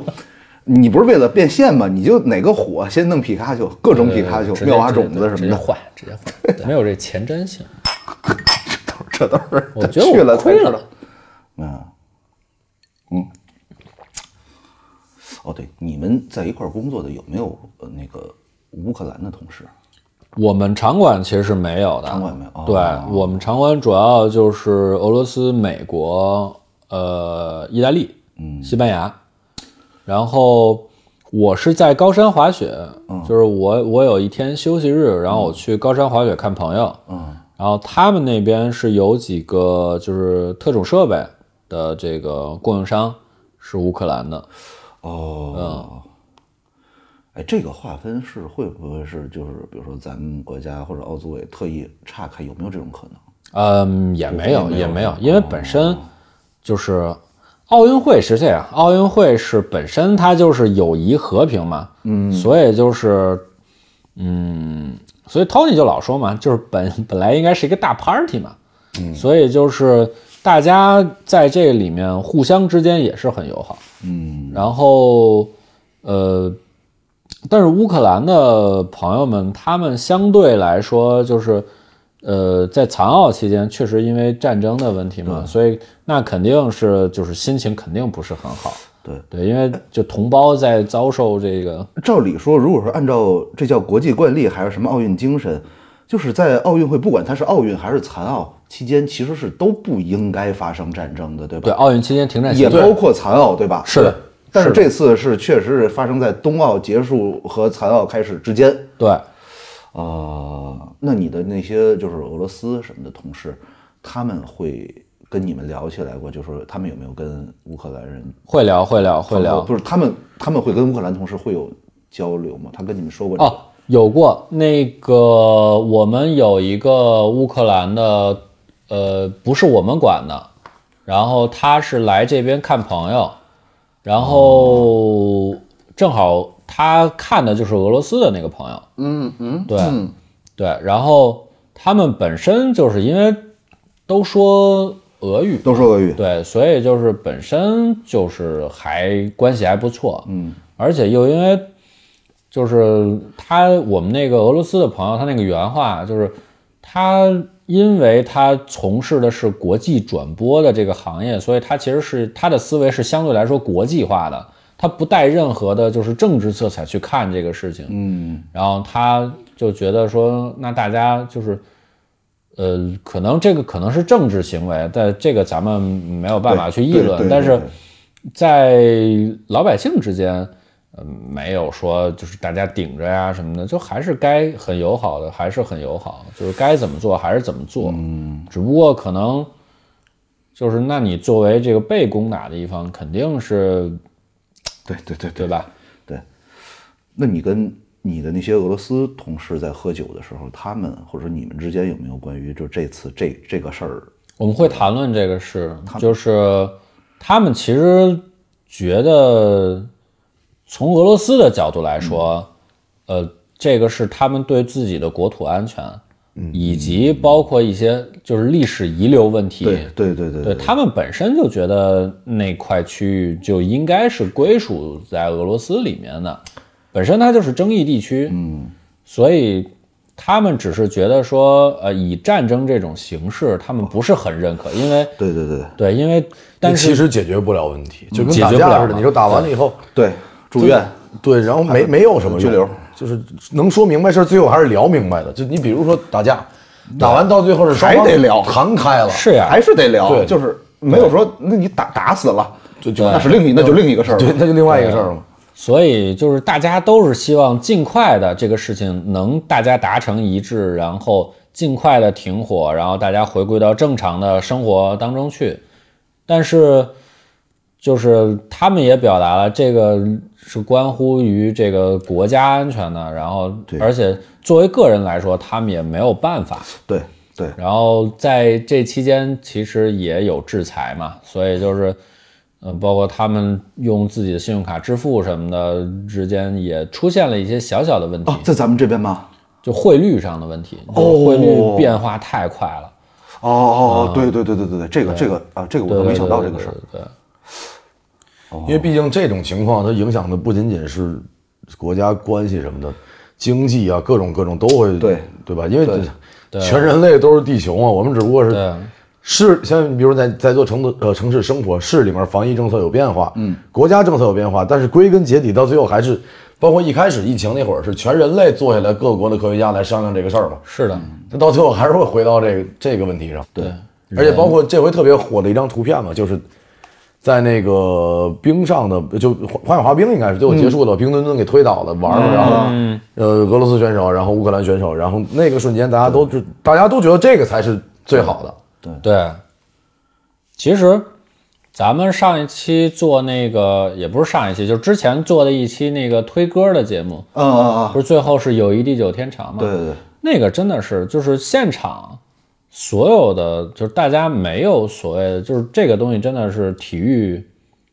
你不是为了变现吗？你就哪个火先弄皮卡丘，各种皮卡丘，呃直接妙蛙种子直什接直么接的，换，直接换，没有这前瞻性。这都是我觉得去 我了才亏知道嗯了。哦，对，你们在一块儿工作的有没有呃那个乌克兰的同事？我们场馆其实是没有的，场馆没有哦对我们场馆主要就是俄罗斯、美国、呃，意大利、嗯，西班牙。然后我是在高山滑雪，嗯就是我我有一天休息日，然后我去高山滑雪看朋友，嗯，然后他们那边是有几个就是特种设备的这个供应商是乌克兰的，哦，哎，这个划分是会不会是就是比如说咱们国家或者奥组委特意岔开，有没有这种可能？嗯，也没有，也没有，因为本身就是奥运会是这样，奥运会是本身它就是友谊和平嘛，嗯，所以就是，嗯，所以 Tony 就老说嘛，就是本 本来应该是一个大 party 嘛，嗯，所以就是大家在这里面互相之间也是很友好，嗯，然后呃，但是乌克兰的朋友们，他们相对来说就是，呃，在残奥期间，确实因为战争的问题嘛，所以那肯定是就是心情肯定不是很好。对对，因为就同胞在遭受这个，照理说，如果说按照这叫国际惯例还是什么奥运精神，就是在奥运会，不管它是奥运还是残奥期间，其实是都不应该发生战争的，对吧？对奥运期间停战协也议，包括残奥，对吧？是的但是是的这次是确实是发生在冬奥结束和残奥开始之间。对，啊、那你的那些就是俄罗斯什么的同事，他们会跟你们聊起来过，就说他们有没有跟乌克兰人会聊会聊会哦聊。不是他们他们会跟乌克兰同事会有交流吗？他跟你们说过这个哦，有过那个，我们有一个乌克兰的，呃，不是我们管的，然后他是来这边看朋友，然后正好他看的就是俄罗斯的那个朋友，嗯嗯，对对，然后他们本身就是因为都说俄语，都说俄语，对，所以就是本身就是还关系还不错，嗯，而且又因为就是他我们那个俄罗斯的朋友，他那个原话就是他因为他从事的是国际转播的这个行业，所以他其实是他的思维是相对来说国际化的，他不带任何的就是政治色彩去看这个事情，嗯，然后他就觉得说，那大家就是，呃，可能这个可能是政治行为，但这个咱们没有办法去议论。对对对但是对在老百姓之间，嗯，没有说就是大家顶着呀什么的，就还是该很友好的，还是很友好，就是该怎么做还是怎么做。嗯，只不过可能就是，那你作为这个被攻打的一方，肯定是对对对对对吧？对。那你跟你的那些俄罗斯同事在喝酒的时候，他们或者说你们之间有没有关于就这次这这个事儿？我们会谈论这个事，就是他们其实觉得，从俄罗斯的角度来说，呃，这个是他们对自己的国土安全，以及包括一些就是历史遗留问题，对对对对对他们本身就觉得那块区域就应该是归属在俄罗斯里面的，本身它就是争议地区，嗯，所以他们只是觉得说，呃，以战争这种形式，他们不是很认可，因为对对对对，因为但其是实解决不了问题，就跟解打决不了架似的，嘛你说打完了以后对，住院对，然后没没有什么拘留用，就是能说明白事儿，最后还是聊明白的。就你比如说打架，打完到最后是双方还得聊谈开了，是呀，还是得聊，对就是没有说那你打打死了，就就那是另一那就另一个事儿了。对，那就另外一个事儿嘛。所以就是大家都是希望尽快的这个事情能大家达成一致，然后尽快的停火，然后大家回归到正常的生活当中去。但是，就是他们也表达了这个是关乎于这个国家安全的，然后而且作为个人来说，他们也没有办法。对对，然后在这期间，其实也有制裁嘛，所以就是，嗯，包括他们用自己的信用卡支付什么的之间，也出现了一些小小的问题，啊，在咱们这边吗？就汇率上的问题，就哦是汇率变化太快了，哦哦，哦，对对对对对对，这个这个啊，这个我都没想到这个事儿。对，对对因为毕竟这种情况，它影响的不仅仅是国家关系什么的，经济啊，各种各种都会，对啊对吧？因为全人类都是地球嘛，我们只不过是对市像你比如在在做城呃城市生活，市里面防疫政策有变化，嗯，国家政策有变化，但是归根结底到最后还是，包括一开始疫情那会儿是全人类坐下来，各国的科学家来商量这个事儿嘛，是的，嗯那到最后还是会回到这个这个问题上。对，而且包括这回特别火的一张图片嘛，就是在那个冰上的，就花样滑冰应该是最后结束了，冰墩墩给推倒了，玩儿了，然后呃俄罗斯选手，然后乌克兰选手，然后那个瞬间大家都就大家都觉得这个才是最好的。嗯对，其实咱们上一期做那个也不是上一期，就是之前做的一期那个推歌的节目，嗯嗯不是最后是友谊地久天长吗？嗯，对对对，那个真的是就是现场所有的，就是大家没有所谓的，就是这个东西真的是体育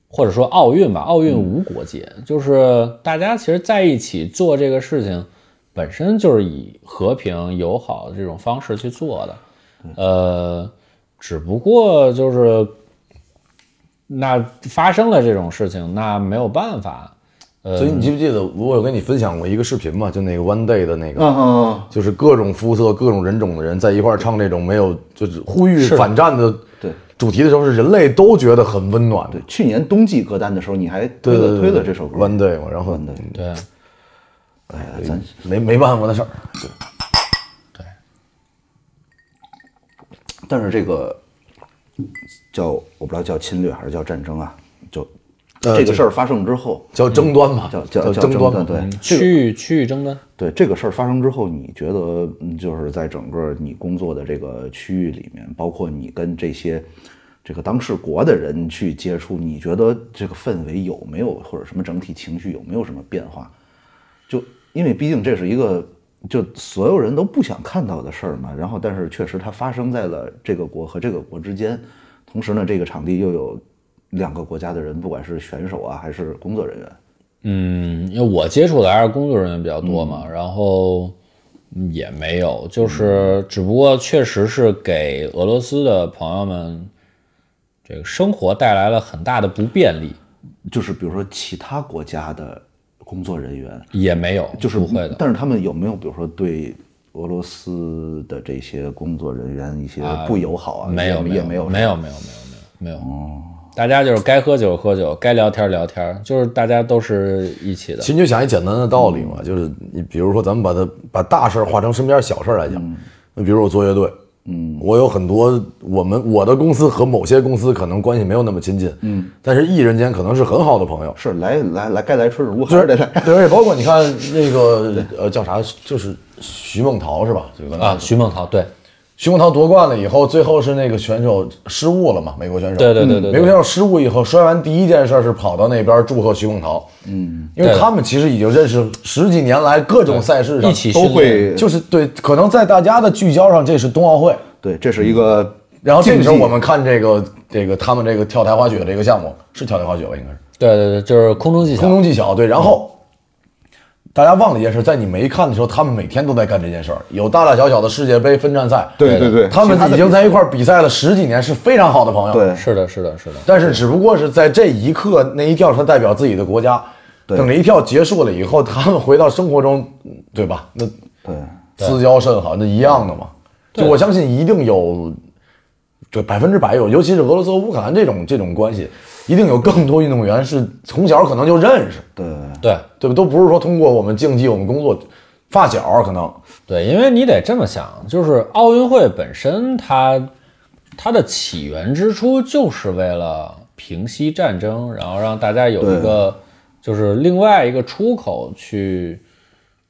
或者说奥运吧，奥运无国界，就是大家其实在一起做这个事情，本身就是以和平友好的这种方式去做的，呃，只不过就是那发生了这种事情，那没有办法，所以你记不记得我有跟你分享过一个视频嘛？就那个 One Day 的那个，嗯嗯就是各种肤色、各种人种的人在一块儿唱这种没有就是呼吁反战的对主题的时候，是人类都觉得很温暖的对。，去年冬季歌单的时候，你还推对对了对推了这首歌， One Day 嘛，然后啊对。哎呀，咱没没办法的事儿。但是这个叫我不知道叫侵略还是叫战争啊，就呃这个事儿发生之后，叫争端嘛，叫叫争争端端，嘛。嗯对区域区域争端，对，这个事儿发生之后，你觉得嗯，就是在整个你工作的这个区域里面，包括你跟这些这个当事国的人去接触，你觉得这个氛围有没有或者什么整体情绪有没有什么变化？就因为毕竟这是一个就所有人都不想看到的事儿嘛，然后但是确实它发生在了这个国和这个国之间，同时呢，这个场地又有两个国家的人，不管是选手啊还是工作人员，嗯，因为我接触的还是工作人员比较多嘛，然后嗯也没有，嗯就是只不过确实是给俄罗斯的朋友们这个生活带来了很大的不便利，就是比如说其他国家的工作人员，也没有，就是不会的。但是他们有没有比如说对俄罗斯的这些工作人员一些不友好啊？没有，也也没没有，哦没有，没有，没有，没有，没有。大家就是该喝酒喝酒，该聊天聊天，就是大家都是一起的其。实你就想一简单的道理嘛，嗯就是你比如说咱们把它把大事儿化成身边小事儿来讲，嗯那、比如我做乐队，嗯，我有很多我们我的公司和某些公司可能关系没有那么亲近，嗯，但是艺人间可能是很好的朋友。是来来来，该来春如还是得来。对，而且包括你看那个呃叫啥，就是徐梦桃是吧？就刚才嗯啊，徐梦桃，对，徐梦桃夺冠了以后，最后是那个选手失误了嘛？美国选手，对对对对对美国选手失误以后，摔完第一件事是跑到那边祝贺徐梦桃，嗯，因为他们其实已经认识十几年来各种赛事上一起都训练。会就是对，可能在大家的聚焦上，这是冬奥会，对，这是一个嗯然后这竞个技时候我们看这个这个他们这个跳台滑雪这个项目是跳台滑雪吧？应该是对对对，就是空中技巧空。中技巧，对，然后。大家忘了一件事，在你没看的时候，他们每天都在干这件事儿，有大大小小的世界杯分站赛，对对对他们已经在一块儿比赛了十几年，是非常好的朋友。对是的，是的，是的。但是只不过是在这一刻那一跳，他代表自己的国家。等这一跳结束了以后，他们回到生活中，嗯对吧？那对私交甚好，那一样的嘛。就我相信一定有，对百分之百有，尤其是俄罗斯、和乌克兰这种这种关系，一定有更多运动员是从小可能就认识，对对，对吧？都不是说通过我们竞技、我们工作，发小可能对，因为你得这么想，就是奥运会本身它它的起源之初就是为了平息战争，然后让大家有一个就是另外一个出口去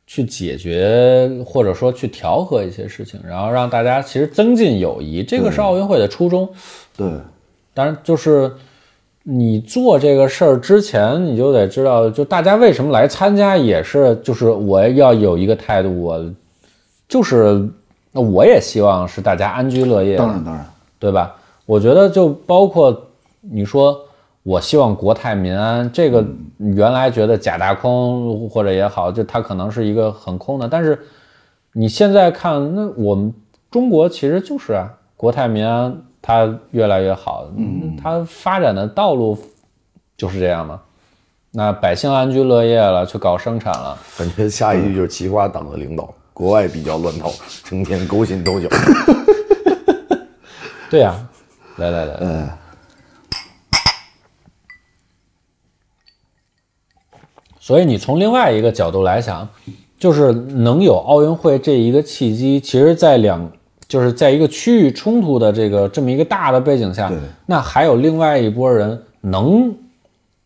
去解决或者说去调和一些事情，然后让大家其实增进友谊，这个是奥运会的初衷。对当然，就是你做这个事儿之前，你就得知道，就大家为什么来参加，也是就是我要有一个态度，我就是那我也希望是大家安居乐业，当然当然，对吧？我觉得就包括你说，我希望国泰民安，这个原来觉得假大空或者也好，就它可能是一个很空的，但是你现在看，那我们中国其实就是啊，国泰民安，它越来越好，嗯，它发展的道路就是这样嘛。那百姓安居乐业了，去搞生产了，感觉下一句就是齐花党的领导，国外比较乱套，成天勾心斗角。对呀、来来来，嗯，所以你从另外一个角度来想，就是能有奥运会这一个契机，其实，在两就是在一个区域冲突的这个这么一个大的背景下，那还有另外一拨人能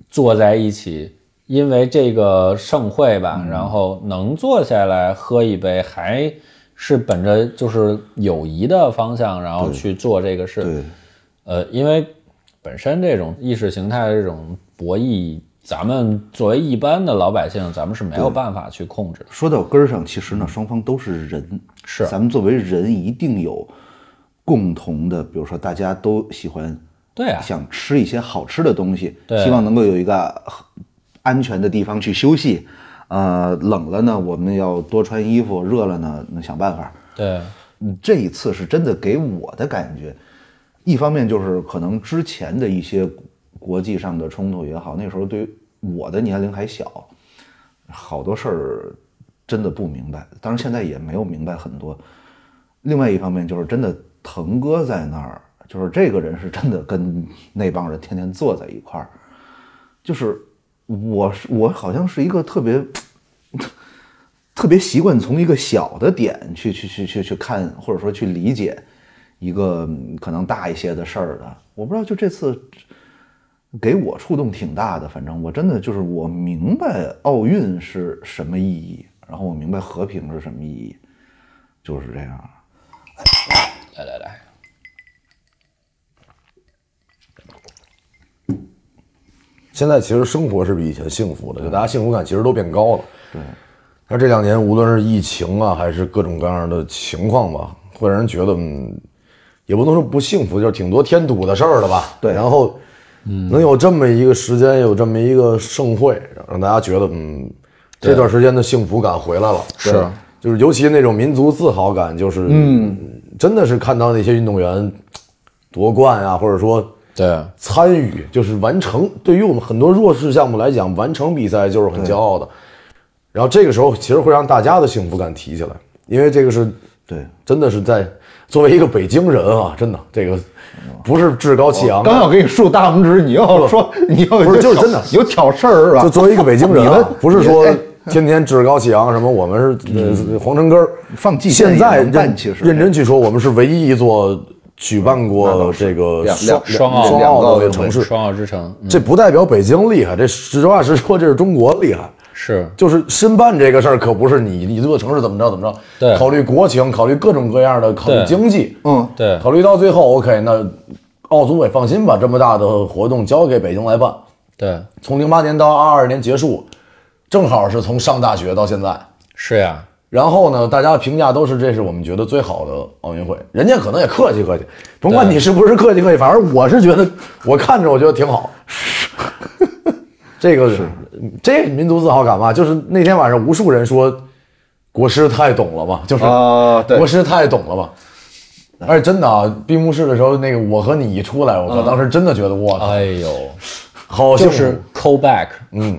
坐在一起。因为这个盛会吧，然后能坐下来喝一杯，还是本着就是友谊的方向，然后去做这个事。对，呃，因为本身这种意识形态的这种博弈，咱们作为一般的老百姓，咱们是没有办法去控制的。说到根儿上，其实呢，双方都是人，嗯是咱们作为人一定有共同的，比如说大家都喜欢对啊，想吃一些好吃的东西，对希望能够有一个安全的地方去休息。呃，冷了呢，我们要多穿衣服；热了呢，那想办法。对，嗯，这一次是真的给我的感觉，一方面就是可能之前的一些国际上的冲突也好，那时候对于我的年龄还小，好多事儿真的不明白。当然现在也没有明白很多。另外一方面就是真的腾哥在那儿，就是这个人是真的跟那帮人天天坐在一块儿，就是我是我好像是一个特别。特别习惯从一个小的点去去去去去看，或者说去理解一个嗯可能大一些的事儿的。我不知道，就这次给我触动挺大的。反正我真的就是我明白奥运是什么意义，然后我明白和平是什么意义，就是这样。来来来，现在其实生活是比以前幸福的，就大家幸福感其实都变高了。嗯对，但这两年无论是疫情啊，还是各种各样的情况吧，会让人觉得，嗯，也不能说不幸福，就是挺多添堵的事儿了吧。对然后，能有这么一个时间，有这么一个盛会，让大家觉得，嗯，这段时间的幸福感回来了。是，就是尤其那种民族自豪感，就是，嗯，真的是看到那些运动员夺冠啊，或者说。对参与，就是完成。对于我们很多弱势项目来讲，完成比赛就是很骄傲的。然后这个时候，其实会让大家的幸福感提起来，因为这个是对，真的是在作为一个北京人啊，真的这个不是至高气昂啊刚的，要给你竖大拇指，你要说你要不是就是挑真的有挑事儿是吧？就作为一个北京人、你啊们，不是说你哎嗯天天至高气昂什么，我们是呃皇城根儿放蓟县现在也能办认其实认真去说，我们是唯一一座举办过这个两双双奥双两个奥奥运的会城市。双奥之城，嗯，这不代表北京厉害，这实话实说，这是中国厉害。是就是申办这个事儿，可不是你一座城市怎么着怎么着，对考虑国情，考虑各种各样的，考虑对经济，嗯，对考虑到最后，OK，那奥组委放心把这么大的活动交给北京来办。对从零八年到二二年结束，正好是从上大学到现在。是呀，然后呢，大家评价都是这是我们觉得最好的奥运会，人家可能也客气客气，甭管对你是不是客气客气，反正我是觉得，我看着我觉得挺 好。这个是这民族自豪感嘛，就是那天晚上无数人说，国师太懂了嘛，就是啊对国师太懂了嘛。而且真的啊，闭幕式的时候，那个我和你一出来，我靠，当时真的觉得哇，哎呦，好幸嗯就福是 call back，嗯，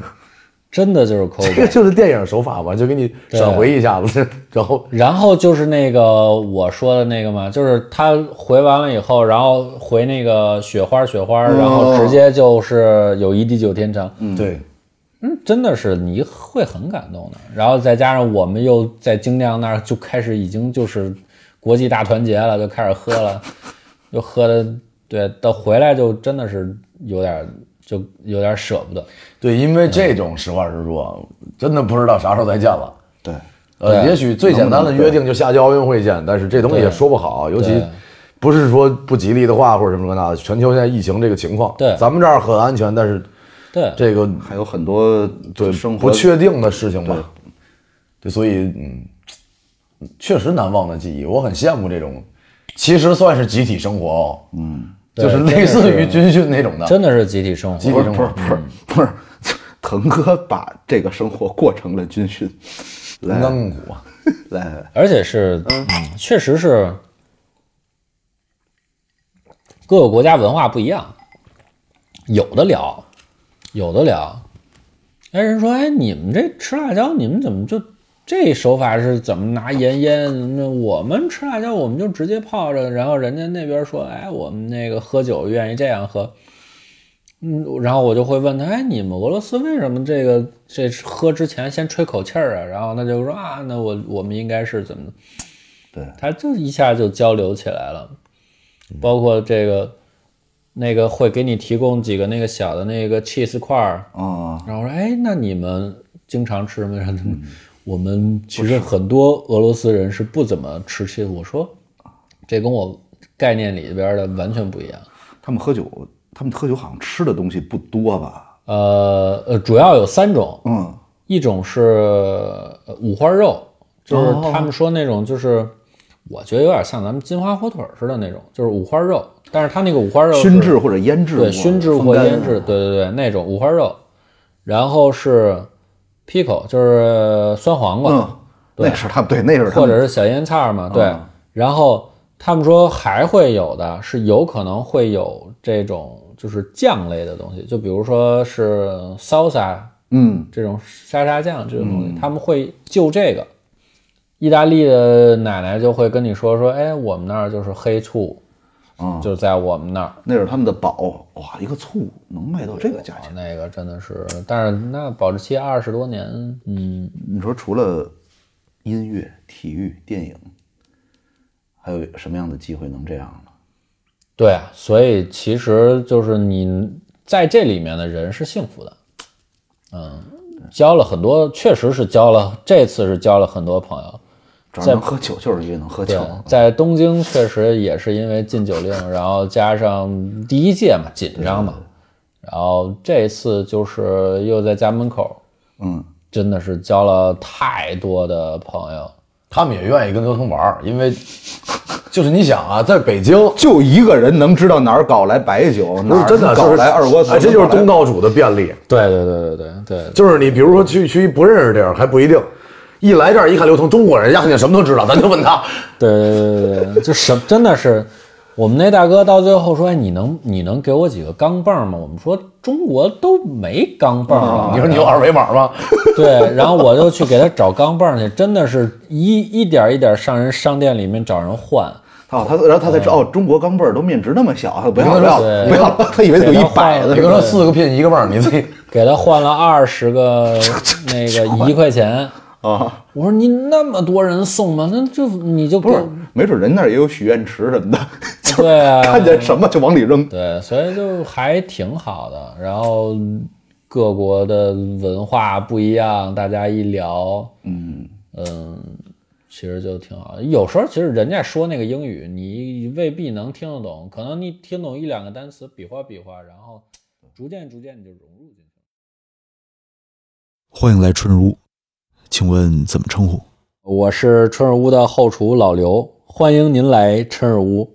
真的 就是 call 这 back，就是电影手法嘛，就给你闪回一下子， 然后然后就是那个我说的那个嘛，就是他回完了以后，然后回那个雪花雪花，然后直接就是友谊地久天长。嗯，对，真的是你会很感动的。然后再加上我们又在精酿那儿就开始已经就是国际大团结了，就开始喝了， 就喝的对，到回来就真的是有点就有点舍不得。对，因为这种实话实说，真的不知道啥时候再见了。对，呃，对也许最简单的约定就下届奥运会见，但是这东西也说不好，尤其对不是说不吉利的话或者什么那的。全球现在疫情这个情况，对咱们这儿很安全，但是对，这个还有很多对生活不确定的事情吧，对，所以嗯，确实难忘的记忆，我很羡慕这种，其实算是集体生活哦，嗯，就是对类似真的于是军训那种的，真的是集体生活集。不体是生不活。是不是嗯不是，腾哥把这个生活过成了军训，来嗯来艰苦啊，来。来而且是，嗯，确实是各个国家文化不一样，有的聊，有的聊。哎，人说，哎，你们这吃辣椒，你们怎么就这手法是怎么拿盐腌？那我们吃辣椒，我们就直接泡着，然后人家那边说，哎，我们那个喝酒愿意这样喝，嗯，然后我就会问他，哎，你们俄罗斯为什么这个这喝之前先吹口气儿啊？然后他就说啊，那我我们应该是怎么？对，他就一下就交流起来了，包括这个那个会给你提供几个那个小的那个 cheese 块儿，啊，然后我说，哎，那你们经常吃吗？然后他们，我们其实很多俄罗斯人是不怎么吃 cheese。我说，这跟我概念里边的完全不一样。他们喝酒，他们喝酒好像吃的东西不多吧？呃呃，主要有三种，嗯，一种是呃五花肉，就是哦他们说那种就是，我觉得有点像咱们金华火腿似的那种，就是五花肉，但是它那个五花肉是嗯熏制或者腌制过，对，熏制风或干腌制，对对对，那种五花肉，然后是 pico，就是酸黄瓜，嗯，那是他们对，那是他或们嗯者是小腌菜儿嘛，对。然后他们说还会有的是有可能会有这种就是酱类的东西，就比如说是 salsa 嗯这种沙沙酱这种东西，他们会就这个。意大利的奶奶就会跟你说说，哎，我们那儿就是黑醋，啊，就在我们那儿。那是他们的宝哇，一个醋能卖到这个价啊钱，那个真的是，但是那保质期二十多年，嗯，你说除了音乐、体育、电影，还有什么样的机会能这样呢？对啊，所以其实就是你在这里面的人是幸福的，嗯，交了很多，确实是交了，这次是交了很多朋友。只要能喝酒，就是因为能喝对啊酒。，在东京确实也是因为禁酒令，然后加上第一届嘛紧张嘛，然后这次就是又在家门口，嗯，真的是交了太多的朋友，他们也愿意跟刘腾玩儿，因为 就是你想啊，在北京，就一个人能知道哪儿搞来白酒，不哪是儿真的就搞是来二锅头，哎这就是东哪儿道主的便利。对对对对对对，就是你比如说去去一不认识地儿还不一定，一来这儿一看刘腾中国人，丫肯定什么都知道，咱就问他，对对对对对，就什真的是，我们那大哥到最后说：“哎，你能你能给我几个钢镚儿吗？”我们说中国都没钢镚儿了。你说你有二维码吗？ 对，然后我就去给他找钢镚儿去，真的是一一点一点上人商店里面找人换，来。哦，他然后他才知道，哦，中国钢镚儿都面值那么小，不要你不要看对不要，他以为有给一他百换的你。跟他四个拼一个棒，你自己给他换了二十 个那个一块钱。啊，我说你那么多人送吗？那就你就给不是我，没准人那儿也有许愿池什么的，就是对啊看见什么就往里扔。对，所以就还挺好的。然后各国的文化不一样，大家一聊，嗯其实就挺好。有时候其实人家说那个英语，你未必能听得懂，可能你听懂一两个单词，比划比划，然后逐渐逐渐你就融入进去。了。欢迎来春如，请问怎么称呼？我是春日屋的后厨老刘，欢迎您来春日屋。